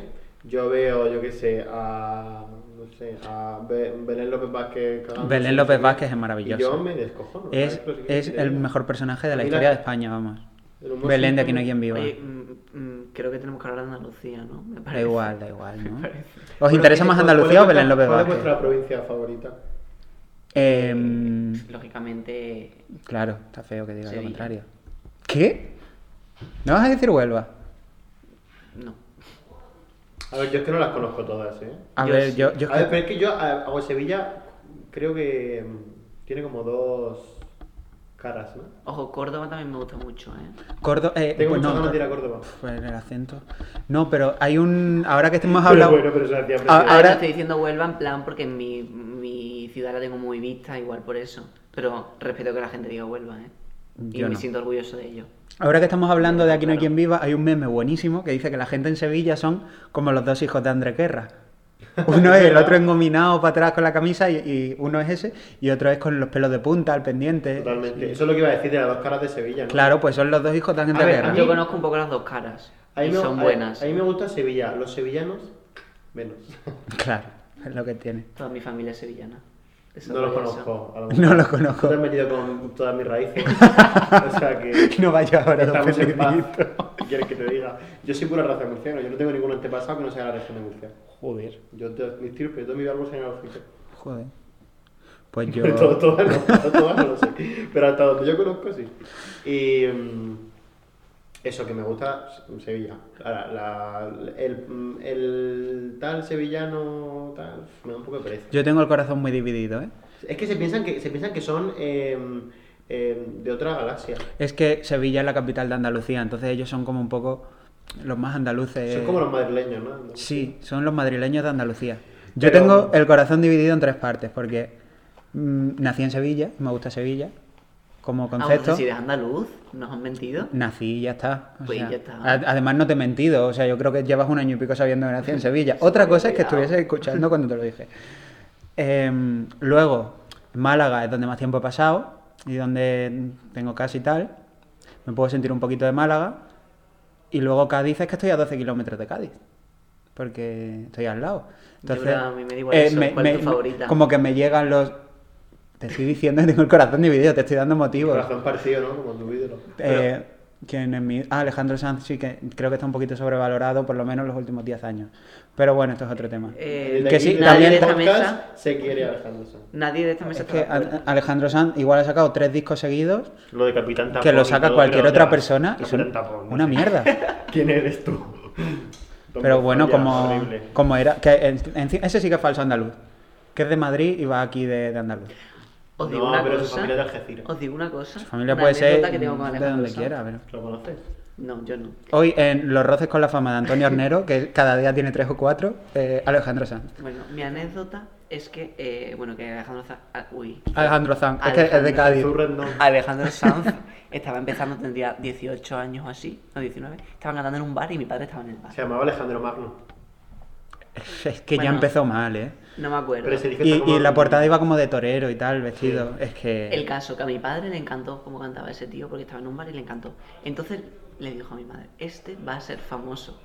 [SPEAKER 3] yo veo, yo qué sé, a. No sé, a Be- Belén López Vázquez cagando,
[SPEAKER 2] Belén
[SPEAKER 3] no sé
[SPEAKER 2] López
[SPEAKER 3] qué.
[SPEAKER 2] Vázquez es maravillosa.
[SPEAKER 3] Y yo me descojono.
[SPEAKER 2] Es,
[SPEAKER 3] ¿sabes? Pero sí que
[SPEAKER 2] es
[SPEAKER 3] te
[SPEAKER 2] el
[SPEAKER 3] digo.
[SPEAKER 2] mejor personaje de la
[SPEAKER 3] Mira,
[SPEAKER 2] historia de España, vamos.
[SPEAKER 3] el humor
[SPEAKER 2] Belén de
[SPEAKER 3] simple-
[SPEAKER 2] Aquí no hay quien viva.
[SPEAKER 1] Oye, mm, mm, creo que tenemos que hablar de Andalucía, ¿no? Me
[SPEAKER 2] Da
[SPEAKER 1] parece.
[SPEAKER 2] igual, da igual, ¿no?
[SPEAKER 1] parece.
[SPEAKER 2] ¿Os
[SPEAKER 3] Bueno,
[SPEAKER 2] interesa
[SPEAKER 3] ¿cuál-
[SPEAKER 2] más
[SPEAKER 3] cuál-
[SPEAKER 2] Andalucía o
[SPEAKER 3] cuál es
[SPEAKER 2] Belén
[SPEAKER 3] vuestra-
[SPEAKER 2] López
[SPEAKER 3] ¿Cuál es
[SPEAKER 2] Vázquez?
[SPEAKER 3] vuestra provincia favorita?
[SPEAKER 2] Em,
[SPEAKER 1] Mm. Lógicamente,
[SPEAKER 2] claro, está feo que diga lo
[SPEAKER 1] Sevilla.
[SPEAKER 2] contrario. ¿Qué? ¿No vas a decir Huelva?
[SPEAKER 1] no.
[SPEAKER 3] A ver, yo es que no las conozco todas, ¿eh?
[SPEAKER 2] A
[SPEAKER 1] Yo
[SPEAKER 2] ver,
[SPEAKER 1] sí.
[SPEAKER 2] yo... yo
[SPEAKER 3] a ver, pero es que yo a, a Sevilla creo que mm, tiene como dos caras, ¿no?
[SPEAKER 1] Ojo, Córdoba también me gusta mucho, ¿eh?
[SPEAKER 2] Córdoba... eh,
[SPEAKER 3] Tengo
[SPEAKER 2] pues
[SPEAKER 3] muchas
[SPEAKER 2] no,
[SPEAKER 3] ganas de ir a Córdoba.
[SPEAKER 2] Pues el acento. No, pero hay un... Ahora que hemos
[SPEAKER 3] Pero
[SPEAKER 2] hablado...
[SPEAKER 3] bueno, pero eso hacía
[SPEAKER 2] Ah,
[SPEAKER 3] presidente.
[SPEAKER 1] Ahora
[SPEAKER 2] ahora-
[SPEAKER 1] estoy diciendo Huelva en plan porque en mi, mi ciudad la tengo muy vista, igual por eso. Pero respeto que la gente diga Huelva, ¿eh? Y
[SPEAKER 2] Yo
[SPEAKER 1] me
[SPEAKER 2] no.
[SPEAKER 1] siento orgulloso de ello.
[SPEAKER 2] Ahora que estamos hablando de Aquí no hay
[SPEAKER 1] Claro.
[SPEAKER 2] quien viva, hay un meme buenísimo que dice que la gente en Sevilla son como los dos hijos de André Guerra. Uno es el otro engominado para atrás con la camisa y, y uno es ese y otro es con los pelos de punta al pendiente.
[SPEAKER 3] Totalmente. Eso es lo que iba a decir de las dos caras de Sevilla, ¿no?
[SPEAKER 2] Claro, pues son los dos hijos de André
[SPEAKER 3] A ver,
[SPEAKER 2] Guerra.
[SPEAKER 3] a mí-
[SPEAKER 1] Yo conozco un poco las dos caras.
[SPEAKER 3] A mí
[SPEAKER 1] y
[SPEAKER 3] me-
[SPEAKER 1] son
[SPEAKER 3] a-
[SPEAKER 1] buenas.
[SPEAKER 3] A, mí me gusta Sevilla. Los sevillanos, menos.
[SPEAKER 2] Claro, es lo que tiene.
[SPEAKER 1] Toda mi familia es sevillana. Eso
[SPEAKER 3] no los
[SPEAKER 1] por eso.
[SPEAKER 3] conozco. a lo mejor.
[SPEAKER 2] No los conozco.
[SPEAKER 3] No te has metido con todas mis raíces. o sea que.
[SPEAKER 2] No vaya ahora don
[SPEAKER 3] Estamos en paz.
[SPEAKER 2] Pedrito.
[SPEAKER 3] ¿Qué quieres que te diga? Yo soy pura raza murciana. Yo no tengo ningún antepasado que no sea de la región de Murcia.
[SPEAKER 2] Joder.
[SPEAKER 3] Yo, te, mis tirpes, todo mi árbol genealógico.
[SPEAKER 2] Joder. Pues yo...
[SPEAKER 3] Todo, todo, no, todo, todo no lo sé. Pero hasta donde yo conozco, sí. Y. mm, eso que me gusta Sevilla. Ahora, la- el, mm, el tal sevillano tal me da un poco de pereza.
[SPEAKER 2] Yo tengo el corazón muy dividido, ¿eh?
[SPEAKER 3] Es que se piensan que, se piensan que son eh, eh, de otra galaxia.
[SPEAKER 2] Es que Sevilla es la capital de Andalucía, entonces ellos son como un poco los más andaluces.
[SPEAKER 3] Son como los madrileños, ¿no?
[SPEAKER 2] Eh, Sí, son los madrileños de Andalucía. Yo
[SPEAKER 3] Pero-
[SPEAKER 2] tengo el corazón dividido en tres partes, porque mm, nací en Sevilla, me gusta Sevilla, como
[SPEAKER 1] Ah, bueno,
[SPEAKER 2] concepto.
[SPEAKER 1] si eres andaluz, nos han mentido.
[SPEAKER 2] Nací y ya está. o
[SPEAKER 1] Pues
[SPEAKER 2] sea,
[SPEAKER 1] ya está.
[SPEAKER 2] a- además no te he mentido, o sea, yo creo que llevas un año y pico sabiendo que nací en Sevilla. Otra cosa es que
[SPEAKER 1] cuidado.
[SPEAKER 2] estuviese escuchando cuando te lo dije. Em, luego, Málaga es donde más tiempo he pasado y donde tengo casi tal. Me puedo sentir un poquito de Málaga. Y luego Cádiz es que estoy a 12 kilómetros de Cádiz. Porque estoy al lado.
[SPEAKER 1] Yo
[SPEAKER 2] Entonces,
[SPEAKER 1] creo que a mí me da igual eso, ¿cuál es tu favorita?
[SPEAKER 2] Como que me llegan los... Te estoy diciendo que tengo el corazón dividido, te estoy dando motivos.
[SPEAKER 3] Corazón partido, ¿no? Como tu ídolo.
[SPEAKER 2] Eh, quien en mi- ah, Alejandro Sanz sí que creo que está un poquito sobrevalorado, por lo menos en los últimos 10 años. Pero bueno, esto es otro tema.
[SPEAKER 1] Eh,
[SPEAKER 2] que sí,
[SPEAKER 1] nadie de
[SPEAKER 2] también-
[SPEAKER 1] esta
[SPEAKER 3] podcast
[SPEAKER 1] mesa,
[SPEAKER 3] se quiere a Alejandro Sanz.
[SPEAKER 1] nadie de esta mesa
[SPEAKER 2] es
[SPEAKER 1] está
[SPEAKER 2] que
[SPEAKER 1] de acuerdo.
[SPEAKER 2] a- Alejandro Sanz igual ha sacado tres discos seguidos
[SPEAKER 3] Lo de Capitán Tapón.
[SPEAKER 2] que lo
[SPEAKER 3] y
[SPEAKER 2] saca
[SPEAKER 3] todo,
[SPEAKER 2] cualquier
[SPEAKER 3] pero
[SPEAKER 2] otra
[SPEAKER 3] otra-
[SPEAKER 2] persona y
[SPEAKER 3] Capitán
[SPEAKER 2] son
[SPEAKER 3] Tapón, no
[SPEAKER 2] una
[SPEAKER 3] sé.
[SPEAKER 2] mierda.
[SPEAKER 3] ¿Quién eres tú?
[SPEAKER 2] Pero bueno,
[SPEAKER 3] Hombre,
[SPEAKER 2] como,
[SPEAKER 3] horrible.
[SPEAKER 2] como era. Que en- en- ese sí que es falso andaluz. Que es de Madrid y va aquí de, de andaluz.
[SPEAKER 1] Os digo
[SPEAKER 3] No,
[SPEAKER 1] una
[SPEAKER 3] pero su
[SPEAKER 1] cosa.
[SPEAKER 3] familia es de Algeciras.
[SPEAKER 1] Os digo una cosa.
[SPEAKER 2] Su familia
[SPEAKER 1] una
[SPEAKER 2] puede ser
[SPEAKER 1] anécdota que tengo con
[SPEAKER 2] de
[SPEAKER 1] Alejandro
[SPEAKER 2] donde
[SPEAKER 1] Sanz.
[SPEAKER 2] quiera. pero-
[SPEAKER 3] ¿Lo conoces?
[SPEAKER 1] No, yo no.
[SPEAKER 2] Hoy en Los Roces con la fama de Antonio Hornero, que cada día tiene tres o cuatro, eh, Alejandro Sanz.
[SPEAKER 1] Bueno, mi anécdota es que, eh, bueno, que Alejandro Sanz... ah, Uy.
[SPEAKER 2] Alejandro Sanz, es que es de
[SPEAKER 1] Alejandro
[SPEAKER 2] Cádiz.
[SPEAKER 3] Zurren no.
[SPEAKER 1] Alejandro Sanz estaba empezando, tendría 18 años o así, o 19. Estaban cantando en un bar y mi padre estaba en el bar.
[SPEAKER 3] Se llamaba Alejandro Magno.
[SPEAKER 2] Es que ya
[SPEAKER 1] Bueno.
[SPEAKER 2] empezó mal, ¿eh?
[SPEAKER 1] No me acuerdo.
[SPEAKER 3] Pero se dice que
[SPEAKER 2] Y,
[SPEAKER 3] está como-
[SPEAKER 2] y la portada iba como de torero y tal, vestido. Es que.
[SPEAKER 1] El caso, que a mi padre le encantó cómo cantaba ese tío, porque estaba en un bar y le encantó. Entonces le dijo a mi madre, este va a ser famoso.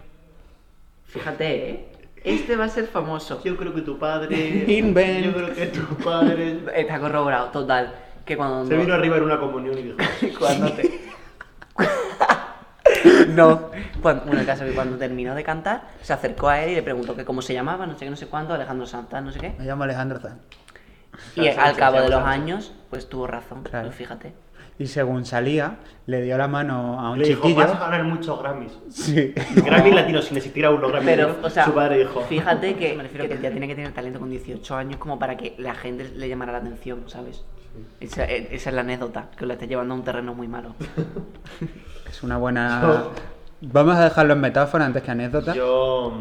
[SPEAKER 1] Fíjate, ¿eh? Este va a ser famoso.
[SPEAKER 3] Yo creo que tu padre.
[SPEAKER 2] Invent.
[SPEAKER 3] Yo creo que tu padre.
[SPEAKER 1] Está corroborado, total. Que cuando...
[SPEAKER 3] Se vino arriba en una comunión y dijo.
[SPEAKER 1] cuando te- no. Cuando, bueno, el caso es que cuando terminó de cantar, se acercó a él y le preguntó que cómo se llamaba, no sé qué, no sé cuánto, Alejandro Santa, no sé qué.
[SPEAKER 2] Me llamo Alejandro Sanz.
[SPEAKER 1] Y
[SPEAKER 3] Sánchez,
[SPEAKER 1] al cabo de
[SPEAKER 3] Sánchez.
[SPEAKER 1] los años, pues tuvo razón,
[SPEAKER 2] Claro.
[SPEAKER 1] pues fíjate.
[SPEAKER 2] Y según salía, le dio la mano a un
[SPEAKER 3] Le dijo,
[SPEAKER 2] chiquillo.
[SPEAKER 3] vas a ganar muchos Grammys.
[SPEAKER 2] Sí.
[SPEAKER 3] Grammys latinos, sin existir aún los Grammys.
[SPEAKER 1] Pero, o sea,
[SPEAKER 3] su padre dijo.
[SPEAKER 1] fíjate que, me refiero que ya tiene que tener talento con 18 años como para que la gente le llamara la atención, ¿sabes? Esa, e- esa es la anécdota, que la está llevando a un terreno muy malo.
[SPEAKER 2] Es una buena. Vamos a dejarlo en metáfora antes que anécdota.
[SPEAKER 3] Yo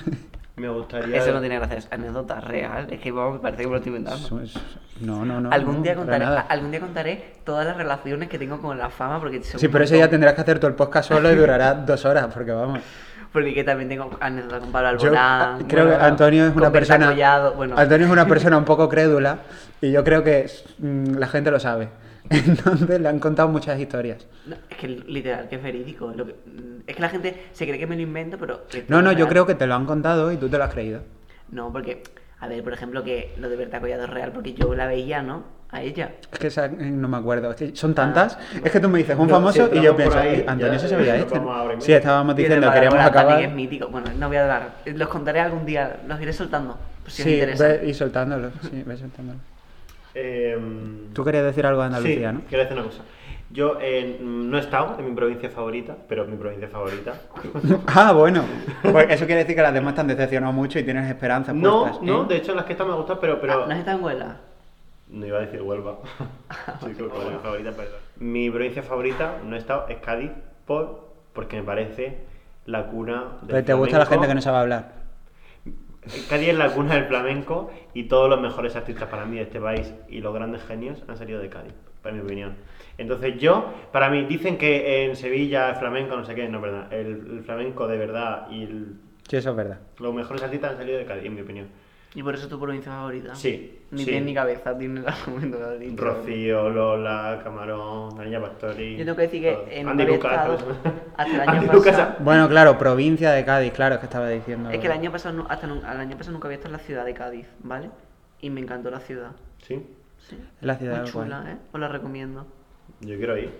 [SPEAKER 3] mm, me gustaría.
[SPEAKER 1] Eso no tiene gracia, es anécdota real. Es que vamos, me parece que me lo estoy inventando.
[SPEAKER 2] Eso es- No, no, no.
[SPEAKER 1] algún,
[SPEAKER 2] no,
[SPEAKER 1] día
[SPEAKER 2] para
[SPEAKER 1] contaré,
[SPEAKER 2] nada.
[SPEAKER 1] algún día contaré todas las relaciones que tengo con la fama, porque son
[SPEAKER 2] Sí,
[SPEAKER 1] un
[SPEAKER 2] pero eso ya
[SPEAKER 1] montón.
[SPEAKER 2] tendrás que hacer todo el podcast solo y durará dos horas, porque vamos.
[SPEAKER 1] Porque que también tengo anécdotas con Pablo
[SPEAKER 2] Yo
[SPEAKER 1] Alborán.
[SPEAKER 2] ah, creo
[SPEAKER 1] bueno,
[SPEAKER 2] que Antonio es
[SPEAKER 1] con
[SPEAKER 2] una
[SPEAKER 1] Berta
[SPEAKER 2] persona.
[SPEAKER 1] Collado, bueno,
[SPEAKER 2] Antonio es una persona un poco crédula y yo creo que mm, la gente lo sabe. Entonces le han contado muchas historias.
[SPEAKER 1] no, es que literal, que es verídico. lo que- es que la gente se cree que me lo invento, pero... que
[SPEAKER 2] No,
[SPEAKER 1] es
[SPEAKER 2] no, yo
[SPEAKER 1] real.
[SPEAKER 2] creo que te lo han contado y tú te lo has creído.
[SPEAKER 1] No, porque, a ver, por ejemplo, que lo de Berta Collado es real, porque yo la veía, ¿no? A ella.
[SPEAKER 2] Es que esa- eh, no me acuerdo. Es que
[SPEAKER 3] Ah,
[SPEAKER 2] son tantas. es que tú me dices un
[SPEAKER 3] No,
[SPEAKER 2] famoso
[SPEAKER 3] si
[SPEAKER 2] y yo
[SPEAKER 3] entramos
[SPEAKER 2] pienso,
[SPEAKER 3] por ahí,
[SPEAKER 2] "Eh, Antonio
[SPEAKER 3] ya,
[SPEAKER 2] se sabía
[SPEAKER 3] ya
[SPEAKER 2] este.
[SPEAKER 3] nos vamos a abrir.
[SPEAKER 2] Sí, estábamos
[SPEAKER 1] Y el de
[SPEAKER 2] diciendo,
[SPEAKER 1] Pablo
[SPEAKER 2] queríamos
[SPEAKER 1] Alborán
[SPEAKER 2] acabar.
[SPEAKER 1] También es mítico. Bueno, no voy a hablar. Los contaré algún día, los iré soltando. por Si os
[SPEAKER 2] Sí,
[SPEAKER 1] interesa.
[SPEAKER 2] ve y soltándolo. Sí, ve soltándolo.
[SPEAKER 3] Em,
[SPEAKER 2] Tú querías decir algo de Andalucía,
[SPEAKER 3] sí,
[SPEAKER 2] ¿no?
[SPEAKER 3] quiero decir una cosa. Yo eh, no he estado en mi provincia favorita, pero mi provincia favorita.
[SPEAKER 2] Ah, bueno. Pues eso quiere decir que las demás te han decepcionado mucho y tienes esperanzas
[SPEAKER 3] No,
[SPEAKER 2] puestas, ¿eh?
[SPEAKER 3] no, de hecho las que están me gustan, pero, pero
[SPEAKER 1] Ah, ¿No has estado en Huelva?
[SPEAKER 3] No iba a decir Huelva. Sí, creo que Huelva. Mi provincia favorita, no he estado, es Cádiz, por, porque me parece la cuna del
[SPEAKER 2] Pero Pues te gusta la gente que no
[SPEAKER 3] flamenco.
[SPEAKER 2] sabe hablar.
[SPEAKER 3] Cádiz es la cuna del flamenco y todos los mejores artistas para mí de este país y los grandes genios han salido de Cádiz, para mi opinión. Entonces yo, para mí, dicen que en Sevilla el flamenco, no sé qué, no, perdón, el, el flamenco de verdad y el-
[SPEAKER 2] Sí, eso es verdad.
[SPEAKER 3] los mejores artistas han salido de Cádiz, en mi opinión.
[SPEAKER 1] Y por eso tu provincia favorita.
[SPEAKER 3] Sí,
[SPEAKER 1] Ni
[SPEAKER 3] sí.
[SPEAKER 1] tiene ni cabeza, tiene el argumento que has dicho.
[SPEAKER 3] Rocío, Lola, Camarón, Daniela Pastori.
[SPEAKER 1] Yo tengo que decir que
[SPEAKER 3] todos.
[SPEAKER 1] en
[SPEAKER 3] Andy
[SPEAKER 1] varios
[SPEAKER 3] Lucas,
[SPEAKER 1] estados,
[SPEAKER 3] perdón.
[SPEAKER 1] hasta el año
[SPEAKER 3] Andy Lucas,
[SPEAKER 1] pasado-
[SPEAKER 2] Bueno, claro, provincia de Cádiz, claro, es que estaba diciendo.
[SPEAKER 1] Es que el año pasado, nu- hasta nu- al año pasado nunca había estado en la ciudad de Cádiz, ¿vale? Y me encantó la ciudad.
[SPEAKER 3] Sí,
[SPEAKER 1] Sí.
[SPEAKER 2] La ciudad
[SPEAKER 1] Muy
[SPEAKER 2] es guay.
[SPEAKER 1] chula, ¿eh? Os la recomiendo.
[SPEAKER 3] yo quiero ir.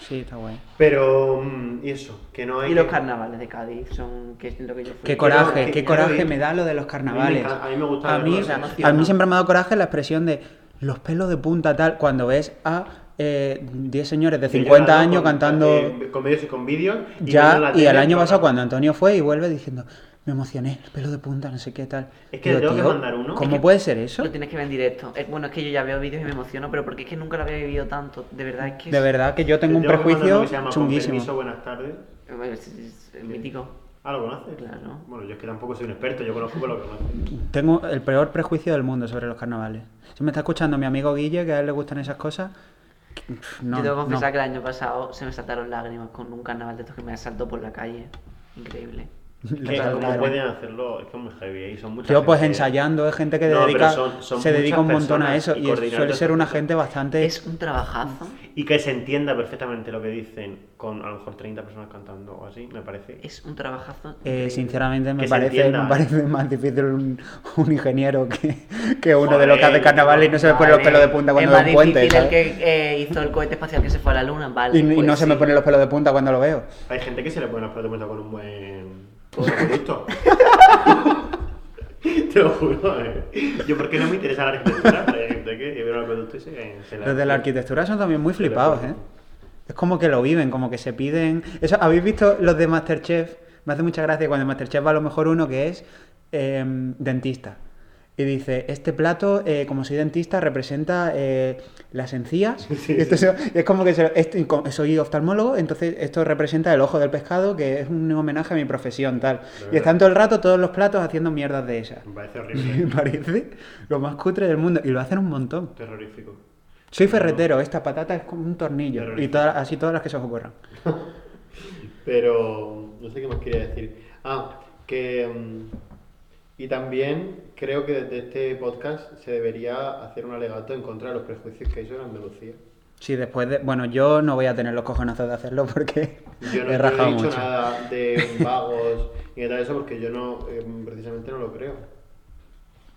[SPEAKER 2] Sí, está guay.
[SPEAKER 3] Pero, mm, y eso, que no hay.
[SPEAKER 1] Y los
[SPEAKER 3] que-
[SPEAKER 1] carnavales de Cádiz son que es lo que yo fui.
[SPEAKER 2] Qué
[SPEAKER 3] cora-
[SPEAKER 2] coraje,
[SPEAKER 3] que-
[SPEAKER 2] qué
[SPEAKER 3] quiero
[SPEAKER 2] coraje
[SPEAKER 3] ir.
[SPEAKER 2] me da lo de los carnavales.
[SPEAKER 3] encanta- a mí me gusta
[SPEAKER 2] A
[SPEAKER 3] ver
[SPEAKER 2] mí,
[SPEAKER 3] los carnavales.
[SPEAKER 2] a mí siempre me ha dado coraje la expresión de los pelos de punta tal, cuando ves a eh, 10 señores de
[SPEAKER 3] que
[SPEAKER 2] 50
[SPEAKER 3] lloran, ¿no?
[SPEAKER 2] años
[SPEAKER 3] con-
[SPEAKER 2] cantando
[SPEAKER 3] eh, con vídeos y con vídeos. y viendo
[SPEAKER 2] ya.
[SPEAKER 3] la
[SPEAKER 2] Y
[SPEAKER 3] tele,
[SPEAKER 2] el año
[SPEAKER 3] pero-
[SPEAKER 2] pasado, cuando Antonio fue y vuelve diciendo, me emocioné, el pelo de punta, no sé qué tal.
[SPEAKER 3] Es que
[SPEAKER 2] Digo,
[SPEAKER 3] tengo que
[SPEAKER 2] "Tío,
[SPEAKER 3] mandar uno".
[SPEAKER 2] ¿Cómo
[SPEAKER 1] Es que-
[SPEAKER 2] puede ser eso?
[SPEAKER 1] Lo tienes que ver en directo. Es, bueno, es que yo ya veo vídeos y me emociono, pero porque es que nunca lo había vivido tanto. De verdad es que.
[SPEAKER 2] De verdad que yo tengo un
[SPEAKER 3] Te que mandar uno
[SPEAKER 2] prejuicio
[SPEAKER 3] que se llama Con permiso,
[SPEAKER 2] chunguísimo.
[SPEAKER 3] buenas tardes.
[SPEAKER 1] Es, es- es- es mítico.
[SPEAKER 3] Ah, ¿lo conoces?
[SPEAKER 1] Claro.
[SPEAKER 3] Bueno, yo es que tampoco soy un experto, yo conozco pero lo que conozco.
[SPEAKER 2] Tengo el peor prejuicio del mundo sobre los carnavales. Si me está escuchando mi amigo Guille, que a él le gustan esas cosas, pff, no,
[SPEAKER 1] yo tengo que
[SPEAKER 2] no.
[SPEAKER 1] confesar que el año pasado se me saltaron lágrimas con un carnaval de estos que me asaltó por la calle. Increíble.
[SPEAKER 2] Le
[SPEAKER 3] Que como
[SPEAKER 2] saltaron.
[SPEAKER 3] pueden hacerlo, es que es muy heavy, ¿eh? y son muchas.
[SPEAKER 2] Yo pues
[SPEAKER 3] gente.
[SPEAKER 2] ensayando, es gente que
[SPEAKER 3] No, pero
[SPEAKER 2] dedica,
[SPEAKER 3] son- son
[SPEAKER 2] se dedica un
[SPEAKER 3] muchas
[SPEAKER 2] montón a
[SPEAKER 3] personas
[SPEAKER 2] eso
[SPEAKER 3] y
[SPEAKER 2] y, es-
[SPEAKER 3] coordinar
[SPEAKER 2] suele
[SPEAKER 3] todas
[SPEAKER 2] ser
[SPEAKER 3] esas
[SPEAKER 2] una
[SPEAKER 3] cosas.
[SPEAKER 2] gente bastante...
[SPEAKER 1] Es un trabajazo.
[SPEAKER 3] Y que se entienda perfectamente lo que dicen con a lo mejor 30 personas cantando o así, me parece.
[SPEAKER 1] Es un trabajazo.
[SPEAKER 2] eh,
[SPEAKER 1] increíble.
[SPEAKER 2] sinceramente me
[SPEAKER 3] se
[SPEAKER 2] parece,
[SPEAKER 3] entienda.
[SPEAKER 2] me parece más difícil un, un ingeniero que, que uno de
[SPEAKER 3] Joder,
[SPEAKER 2] los que hace carnaval y no se le ponen los
[SPEAKER 3] vale.
[SPEAKER 2] pelos de punta cuando
[SPEAKER 1] es
[SPEAKER 2] ve
[SPEAKER 1] más
[SPEAKER 2] un puente.
[SPEAKER 1] difícil el
[SPEAKER 2] ¿sabes?
[SPEAKER 1] que eh, hizo el cohete espacial que se fue a la luna,
[SPEAKER 2] Y,
[SPEAKER 1] vale.
[SPEAKER 2] y
[SPEAKER 1] pues
[SPEAKER 2] no se me
[SPEAKER 1] sí.
[SPEAKER 2] ponen los pelos de punta cuando lo veo.
[SPEAKER 3] Hay gente que se le pone las pelotas de punta con un buen con un producto. Te lo juro, eh. Yo porque no me interesa la arquitectura, pero hay gente que veo el producto y se, se
[SPEAKER 2] Los de la arquitectura son también muy
[SPEAKER 3] Se la-
[SPEAKER 2] flipados, ¿eh? Es como que lo viven, como que se piden... Eso, ¿Habéis visto los de Masterchef? Me hace mucha gracia cuando en Masterchef va a lo mejor uno que es em, dentista. Y dice, este plato, eh, como soy dentista, representa eh, las encías. y esto se- y es como que se- este- co- soy oftalmólogo, entonces esto representa el ojo del pescado, que es un homenaje a mi profesión, tal. Y
[SPEAKER 3] verdad.
[SPEAKER 2] están todo el rato todos los platos haciendo mierdas de esas.
[SPEAKER 3] Me parece
[SPEAKER 2] Me
[SPEAKER 3] horrible,
[SPEAKER 2] parece lo más cutre del mundo. Y lo hacen un montón.
[SPEAKER 3] terrorífico.
[SPEAKER 2] Soy ferretero, esta patata es como un tornillo.
[SPEAKER 3] Terrorista.
[SPEAKER 2] Y todas, así todas las que se os ocurran.
[SPEAKER 3] Pero no sé qué más quería decir. Ah, que. mm, Y también creo que desde este podcast se debería hacer un alegato en contra de los prejuicios que hay sobre Andalucía.
[SPEAKER 2] Sí, después de. Bueno, yo no voy a tener los cojonazos de hacerlo porque
[SPEAKER 3] Yo no,
[SPEAKER 2] he
[SPEAKER 3] yo no
[SPEAKER 2] rajado
[SPEAKER 3] he dicho
[SPEAKER 2] mucho.
[SPEAKER 3] nada de vagos ni de tal eso porque yo no, eh, precisamente no lo creo.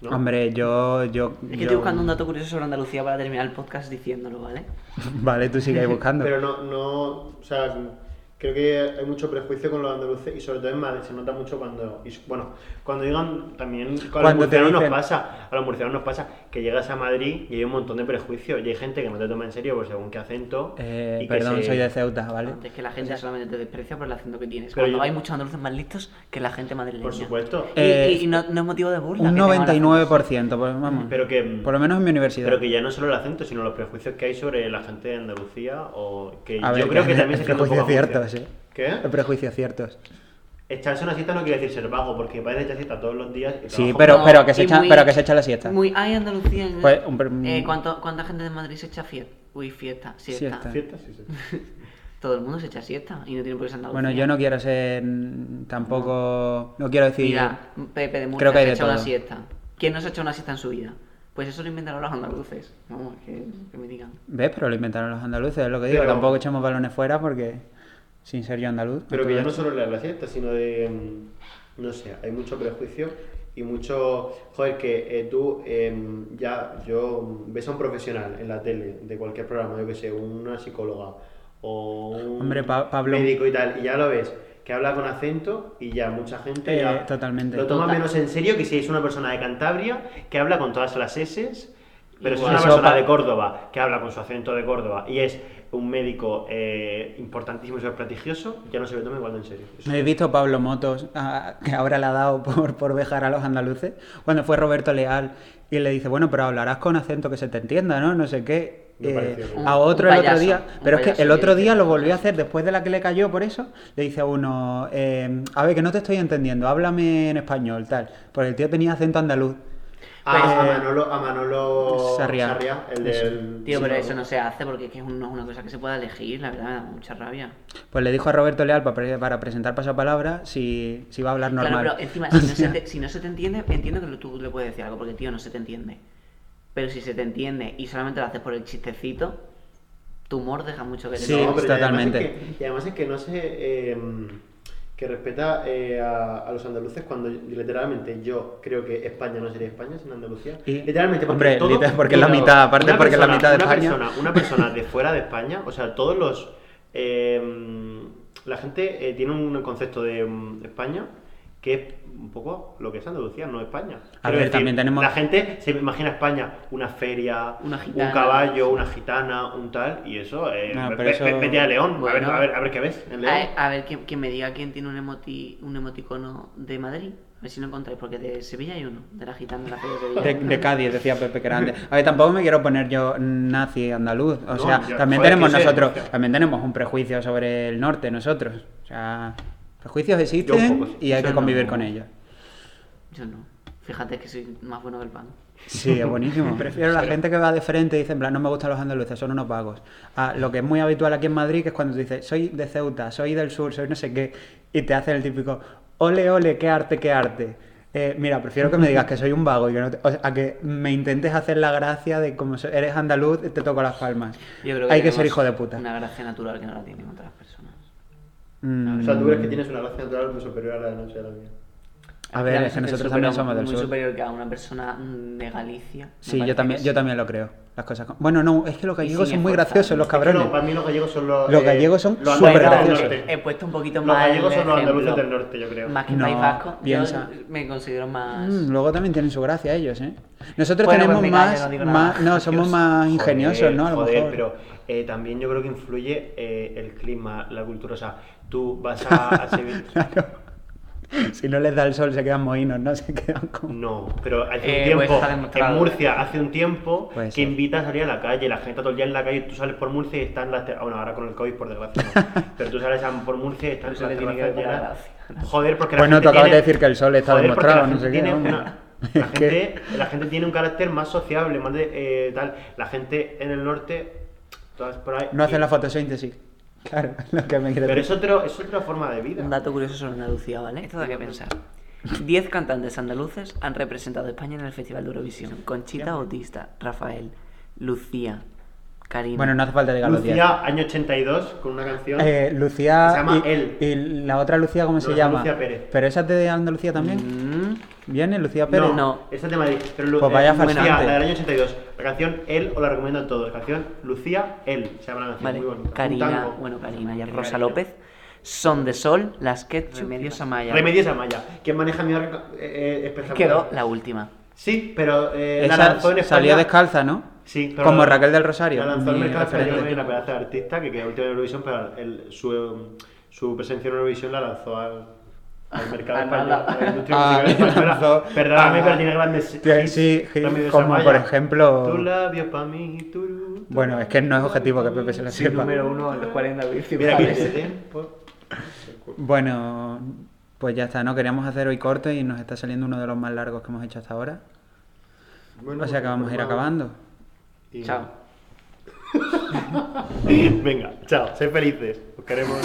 [SPEAKER 3] ¿No?
[SPEAKER 2] Hombre, yo. yo
[SPEAKER 1] Es que
[SPEAKER 2] yo-
[SPEAKER 1] estoy buscando un dato curioso sobre Andalucía para terminar el podcast diciéndolo, ¿vale?
[SPEAKER 2] Vale, tú sigues buscando.
[SPEAKER 3] Pero no, no, o sea, creo que hay mucho prejuicio con los andaluces y sobre todo en Madrid se nota mucho cuando, y bueno, cuando digan también, a los
[SPEAKER 2] Cuando te
[SPEAKER 3] murcianos nos
[SPEAKER 2] dicen-
[SPEAKER 3] pasa, a los murcianos nos pasa que llegas a Madrid y hay un montón de prejuicios y hay gente que no te toma en serio por según qué acento.
[SPEAKER 2] Eh,
[SPEAKER 3] y que
[SPEAKER 2] perdón,
[SPEAKER 3] se-
[SPEAKER 2] soy de Ceuta, ¿vale?
[SPEAKER 1] Es que la gente solamente te desprecia por el acento que tienes.
[SPEAKER 3] Pero
[SPEAKER 1] Cuando
[SPEAKER 3] yo-
[SPEAKER 1] hay muchos andaluces más listos que la gente madrileña.
[SPEAKER 3] Por supuesto.
[SPEAKER 1] Y,
[SPEAKER 2] Eh,
[SPEAKER 1] y- y no, no es motivo de burla.
[SPEAKER 2] Un
[SPEAKER 1] que tengan la-
[SPEAKER 2] 99%, por, vamos.
[SPEAKER 3] Pero que,
[SPEAKER 2] por lo menos en mi universidad.
[SPEAKER 3] pero que ya no solo el acento, sino los prejuicios que hay sobre la gente de Andalucía o que
[SPEAKER 2] A
[SPEAKER 3] yo
[SPEAKER 2] ver,
[SPEAKER 3] creo que,
[SPEAKER 2] que
[SPEAKER 3] también se
[SPEAKER 2] hay
[SPEAKER 3] siente un poco
[SPEAKER 2] prejuicios
[SPEAKER 3] a
[SPEAKER 2] ciertos, ¿eh?
[SPEAKER 3] Murcia. ¿Qué?
[SPEAKER 2] Prejuicios ciertos.
[SPEAKER 3] Echarse una cita no quiere decir ser vago, porque para echar cita todos los días. y
[SPEAKER 2] Sí,
[SPEAKER 3] trabajo-
[SPEAKER 2] pero,
[SPEAKER 1] No,
[SPEAKER 2] pero, que se
[SPEAKER 1] y
[SPEAKER 2] echa,
[SPEAKER 1] muy-
[SPEAKER 2] pero que se echa la siesta.
[SPEAKER 1] Muy, hay Andalucía. en-
[SPEAKER 2] Pues, un per- un-
[SPEAKER 1] eh, ¿cuánto- ¿Cuánta gente de Madrid se echa fiesta? Uy, fiesta, siesta.
[SPEAKER 2] Siesta.
[SPEAKER 3] Fiestas, sí, sí.
[SPEAKER 1] Todo el mundo se echa siesta y no tiene por qué ser Andalucía.
[SPEAKER 2] Bueno, yo no quiero ser mm, tampoco... No quiero decir...
[SPEAKER 1] Mira, Pepe de Murcia
[SPEAKER 2] Creo que hay
[SPEAKER 1] se
[SPEAKER 2] de
[SPEAKER 1] echa una
[SPEAKER 2] todo.
[SPEAKER 1] siesta. ¿Quién no se ha hecho una siesta en su vida? Pues eso lo inventaron los andaluces. Vamos, que, que me digan.
[SPEAKER 2] ¿Ves? Pero lo inventaron los andaluces, es lo que digo.
[SPEAKER 3] Pero-
[SPEAKER 2] Tampoco echemos balones fuera porque... Sin ser yo andaluz.
[SPEAKER 3] Pero que ya no
[SPEAKER 2] entonces-
[SPEAKER 3] solo la, la siesta, sino de. mm, No sé, hay mucho prejuicio y mucho. Joder, que eh, tú em, ya. Yo mm, ves a un profesional en la tele, de cualquier programa, yo que sé, una psicóloga o un
[SPEAKER 2] Hombre, Pa- Pablo.
[SPEAKER 3] médico y tal, y ya lo ves, que habla con acento y ya mucha gente.
[SPEAKER 2] Eh,
[SPEAKER 3] ya
[SPEAKER 2] totalmente.
[SPEAKER 3] Lo toma
[SPEAKER 1] Total.
[SPEAKER 3] menos en serio que si es una persona de Cantabria que habla con todas las S. Pero si es
[SPEAKER 2] Igual.
[SPEAKER 3] una
[SPEAKER 2] Eso
[SPEAKER 3] persona
[SPEAKER 2] pa-
[SPEAKER 3] de Córdoba que habla con su acento de Córdoba y es un médico eh, importantísimo y súper prestigioso, ya no se lo toma igual de en serio. Eso-
[SPEAKER 2] ¿No habéis visto Pablo Motos, ah, que ahora le ha dado por, por vejar a los andaluces? Cuando fue Roberto Leal y le dice, bueno, pero hablarás con acento que se te entienda, ¿no? No sé qué.
[SPEAKER 3] Me
[SPEAKER 2] Eh,
[SPEAKER 3] parece horrible.
[SPEAKER 2] a otro
[SPEAKER 1] Un
[SPEAKER 2] el otro
[SPEAKER 1] payaso,
[SPEAKER 2] día,
[SPEAKER 1] un
[SPEAKER 2] pero es que
[SPEAKER 1] payaso
[SPEAKER 2] el otro
[SPEAKER 1] que
[SPEAKER 2] día
[SPEAKER 1] dice
[SPEAKER 2] lo
[SPEAKER 1] cosas.
[SPEAKER 2] volvió a hacer después de la que le cayó por eso. Le dice a uno, eh, a ver, que no te estoy entendiendo, háblame en español, tal. Porque el tío tenía acento andaluz.
[SPEAKER 3] A, Ah, a
[SPEAKER 2] Eh,
[SPEAKER 3] Manolo, a Manolo
[SPEAKER 2] Sarriá.
[SPEAKER 3] Sarriá, el
[SPEAKER 2] Eso.
[SPEAKER 3] del...
[SPEAKER 1] Tío,
[SPEAKER 3] sí,
[SPEAKER 1] pero
[SPEAKER 3] no,
[SPEAKER 1] eso no se hace porque es que es un- no es una cosa que se pueda elegir, la verdad me da mucha rabia.
[SPEAKER 2] Pues le dijo a Roberto Leal pa- para, presentar pasapalabra si, si va a hablar normal.
[SPEAKER 1] Claro, pero encima, si no, se te, si no se te entiende, entiendo que tú le puedes decir algo, porque tío, no se te entiende. Pero si se te entiende y solamente lo haces por el chistecito, tu humor deja mucho que
[SPEAKER 2] Sí,
[SPEAKER 1] desear.
[SPEAKER 3] pero y además
[SPEAKER 2] totalmente.
[SPEAKER 3] es que- Y además es que no sé... eh, que respeta eh, a, a los andaluces cuando literalmente yo creo que España no sería España sin Andalucía.
[SPEAKER 2] Y-
[SPEAKER 3] literalmente porque
[SPEAKER 2] hombre,
[SPEAKER 3] todo-
[SPEAKER 2] literal- porque es la
[SPEAKER 3] todo-
[SPEAKER 2] mitad, aparte
[SPEAKER 3] una
[SPEAKER 2] porque es la mitad de
[SPEAKER 3] una
[SPEAKER 2] España.
[SPEAKER 3] persona- una persona de fuera de España, o sea, todos los... eh, la gente eh, tiene un concepto de mm, España que es un poco lo que es Andalucía, no España.
[SPEAKER 2] A
[SPEAKER 3] Quiero
[SPEAKER 2] ver, también tenemos-
[SPEAKER 3] La gente se imagina España una feria,
[SPEAKER 1] Una
[SPEAKER 3] un
[SPEAKER 1] gitana.
[SPEAKER 3] caballo, una gitana, un tal, y eso... eh,
[SPEAKER 2] No,
[SPEAKER 3] ve-
[SPEAKER 2] pero
[SPEAKER 3] ve-
[SPEAKER 2] eso-
[SPEAKER 3] ve- vete a León, a, ver,
[SPEAKER 1] Bueno. Ah,
[SPEAKER 3] a, ver, a ver qué ves en León.
[SPEAKER 1] A, a ver, que, que me diga quién tiene un, emoti, un emoticono de Madrid. A ver si lo encontráis, porque de Sevilla hay uno, de la gitana de la feria de Sevilla.
[SPEAKER 2] De, de Cádiz, decía Pepe que era antes. A ver, tampoco me quiero poner yo nazi andaluz. O
[SPEAKER 3] No,
[SPEAKER 2] sea,
[SPEAKER 3] ya,
[SPEAKER 2] también
[SPEAKER 3] joder,
[SPEAKER 2] tenemos
[SPEAKER 3] que sé,
[SPEAKER 2] nosotros,
[SPEAKER 3] Murcia.
[SPEAKER 2] también tenemos un prejuicio sobre el norte nosotros. O sea, prejuicios
[SPEAKER 3] Yo un
[SPEAKER 2] existen
[SPEAKER 3] poco, sí.
[SPEAKER 2] y hay
[SPEAKER 1] Yo
[SPEAKER 2] que
[SPEAKER 1] no.
[SPEAKER 2] convivir con ellos.
[SPEAKER 1] Yo no. Fíjate que soy más bueno del pan.
[SPEAKER 2] Sí, es buenísimo. Prefiero la gente que va de frente y dice, en plan, no me gustan los andaluces, son unos vagos. A lo que es muy habitual aquí en Madrid, que es cuando te dice, soy de Ceuta, soy del sur, soy no sé qué, y te hacen el típico, ole, ole, qué arte, qué arte. Eh, mira, prefiero que me digas que soy un vago y que no te- o sea, a que me intentes hacer la gracia de como so- eres andaluz, te toco las palmas.
[SPEAKER 1] Yo creo
[SPEAKER 2] Hay que
[SPEAKER 1] tenemos
[SPEAKER 2] ser hijo de puta.
[SPEAKER 1] Una gracia natural que no la tienen otras personas.
[SPEAKER 2] Mm,
[SPEAKER 3] O sea, tú crees que tienes una gracia natural muy superior a la de no sé, a la mía.
[SPEAKER 2] A ver,
[SPEAKER 1] Claro,
[SPEAKER 2] es que
[SPEAKER 1] soy
[SPEAKER 2] nosotros
[SPEAKER 1] superior-
[SPEAKER 2] también somos del
[SPEAKER 1] muy
[SPEAKER 2] sur.
[SPEAKER 1] superior que a una persona mm, de Galicia. me
[SPEAKER 2] Sí,
[SPEAKER 1] parece
[SPEAKER 2] yo
[SPEAKER 1] que
[SPEAKER 2] también,
[SPEAKER 1] pues sí.
[SPEAKER 2] yo también lo creo. Las cosas. como- Bueno, no, es que los
[SPEAKER 1] Y
[SPEAKER 2] gallegos
[SPEAKER 1] sin
[SPEAKER 2] son muy
[SPEAKER 1] esforzar.
[SPEAKER 2] grabciosos, los
[SPEAKER 1] Es que
[SPEAKER 2] cabrones.
[SPEAKER 3] Es que no, para mí los gallegos son los... eh,
[SPEAKER 2] Los gallegos son
[SPEAKER 3] los
[SPEAKER 2] súper
[SPEAKER 3] andaluces del
[SPEAKER 2] graciosos.
[SPEAKER 3] norte.
[SPEAKER 1] He puesto un poquito
[SPEAKER 3] Los
[SPEAKER 1] más. el
[SPEAKER 3] gallegos son los
[SPEAKER 1] ejemplo.
[SPEAKER 3] andaluces del norte, yo creo.
[SPEAKER 1] Más que
[SPEAKER 2] No,
[SPEAKER 1] País Vasco.
[SPEAKER 2] piensa.
[SPEAKER 1] Yo me considero más.
[SPEAKER 2] Mm, Luego también tienen su gracia ellos, ¿eh? Nosotros
[SPEAKER 1] Bueno,
[SPEAKER 2] tenemos
[SPEAKER 1] pues me callo,
[SPEAKER 2] más,
[SPEAKER 1] no digo nada.
[SPEAKER 2] más- no, somos
[SPEAKER 1] Dios.
[SPEAKER 2] más ingeniosos,
[SPEAKER 3] Joder,
[SPEAKER 2] ¿no? A lo
[SPEAKER 3] joder,
[SPEAKER 2] mejor.
[SPEAKER 3] pero eh, también yo creo que influye eh, el clima, la cultura. O sea, tú vas a, a Sevilla...
[SPEAKER 2] Claro. Si no les da el sol se quedan mohinos, ¿no? Se quedan con...
[SPEAKER 3] No, pero hace
[SPEAKER 1] Eh,
[SPEAKER 3] un
[SPEAKER 1] pues
[SPEAKER 3] tiempo,
[SPEAKER 1] está demostrado.
[SPEAKER 3] en Murcia, hace un tiempo
[SPEAKER 2] Puede
[SPEAKER 3] que
[SPEAKER 2] ser.
[SPEAKER 3] invita a salir a la calle, la gente está todo el día en la calle, tú sales por Murcia y están las... ter- ah, Bueno, ahora con el COVID, por desgracia, no. pero tú sales a- por Murcia y están
[SPEAKER 1] Eso le
[SPEAKER 3] las
[SPEAKER 1] tiene que
[SPEAKER 3] terrazas
[SPEAKER 1] dar la
[SPEAKER 3] llenas.
[SPEAKER 1] gracia.
[SPEAKER 3] Joder, porque
[SPEAKER 2] Bueno,
[SPEAKER 3] la gente
[SPEAKER 2] Pues tú acabas
[SPEAKER 3] tiene-
[SPEAKER 2] de decir que el sol está
[SPEAKER 3] Joder, porque
[SPEAKER 2] demostrado,
[SPEAKER 3] la
[SPEAKER 2] no sé
[SPEAKER 3] gente
[SPEAKER 2] qué,
[SPEAKER 3] tiene
[SPEAKER 2] hombre.
[SPEAKER 3] una-
[SPEAKER 2] Es
[SPEAKER 3] La gente, la gente tiene un carácter más sociable, más de eh, tal. La gente en el norte... todas por ahí- eh,
[SPEAKER 2] No hacen la fotosíntesis. Claro, lo que me quiere
[SPEAKER 3] Pero
[SPEAKER 2] decir.
[SPEAKER 3] es, otro, es otra forma de vida.
[SPEAKER 1] Un dato curioso sobre Andalucía, ¿vale? Esto da que pensar. Diez cantantes andaluces han representado a España en el Festival de Eurovisión. Conchita Bautista, Rafael, Lucía, Karina.
[SPEAKER 2] Bueno, no hace falta llegar a los 10.
[SPEAKER 3] Lucía, año 82, con una canción.
[SPEAKER 2] Eh, Lucía...
[SPEAKER 3] Se llama
[SPEAKER 2] y,
[SPEAKER 3] Él.
[SPEAKER 2] y la otra Lucía, ¿cómo
[SPEAKER 3] No,
[SPEAKER 2] se
[SPEAKER 3] es
[SPEAKER 2] llama?
[SPEAKER 3] Lucía Pérez.
[SPEAKER 2] Pero esa es de Andalucía también.
[SPEAKER 1] Mm,
[SPEAKER 2] ¿Viene Lucía Pérez?
[SPEAKER 3] No,
[SPEAKER 1] no.
[SPEAKER 3] esa es de Madrid. Pero Lu- eh,
[SPEAKER 2] Pues vaya
[SPEAKER 3] Lucía,
[SPEAKER 2] farsante.
[SPEAKER 3] la del año 82. La canción Él os la recomiendo a todos. La canción Lucía, Él. Se llama la canción,
[SPEAKER 1] vale.
[SPEAKER 3] muy bonita. Un
[SPEAKER 1] Karina,
[SPEAKER 3] tango.
[SPEAKER 1] bueno, Karina y Rosa López Son de Sol, Las Ketchup, Remedios Amaya.
[SPEAKER 3] Remedios Amaya, que maneja mi arco eh, eh, espectacular.
[SPEAKER 1] Quedó la última.
[SPEAKER 3] Sí, pero eh, la
[SPEAKER 2] Esa
[SPEAKER 3] lanzó en España.
[SPEAKER 2] salió descalza, ¿no?
[SPEAKER 3] Sí, pero
[SPEAKER 2] Como
[SPEAKER 3] la-
[SPEAKER 2] Raquel del Rosario.
[SPEAKER 3] La lanzó al
[SPEAKER 2] mi
[SPEAKER 3] mercado español,
[SPEAKER 2] referente.
[SPEAKER 3] una pedazo de artista que quedó última en Eurovisión, pero el- su, su presencia en Eurovisión la lanzó al, al mercado
[SPEAKER 1] Ah,
[SPEAKER 3] español,
[SPEAKER 1] nada.
[SPEAKER 3] a la industria
[SPEAKER 2] Ah,
[SPEAKER 3] musical española.
[SPEAKER 2] lanzó-
[SPEAKER 3] Perdóname,
[SPEAKER 2] ah,
[SPEAKER 3] pero tiene grandes
[SPEAKER 2] tiene-
[SPEAKER 3] hits,
[SPEAKER 2] sí, hits,
[SPEAKER 3] Remedios
[SPEAKER 2] como
[SPEAKER 3] Amaya.
[SPEAKER 2] por ejemplo-
[SPEAKER 3] Tu labio pa' mí, tururú,
[SPEAKER 2] Bueno, es que no es objetivo que Pepe se lo
[SPEAKER 1] Sí,
[SPEAKER 2] sepa.
[SPEAKER 1] número uno en los 40
[SPEAKER 3] Mira que
[SPEAKER 1] principales.
[SPEAKER 3] tiempo.
[SPEAKER 2] Bueno, pues ya está, ¿no? Queríamos hacer hoy corte y nos está saliendo uno de los más largos que hemos hecho hasta ahora.
[SPEAKER 3] Bueno,
[SPEAKER 2] O sea que vamos a ir
[SPEAKER 3] pues,
[SPEAKER 2] acabando.
[SPEAKER 3] y-
[SPEAKER 1] Chao.
[SPEAKER 3] Venga, chao, sed felices. Os queremos.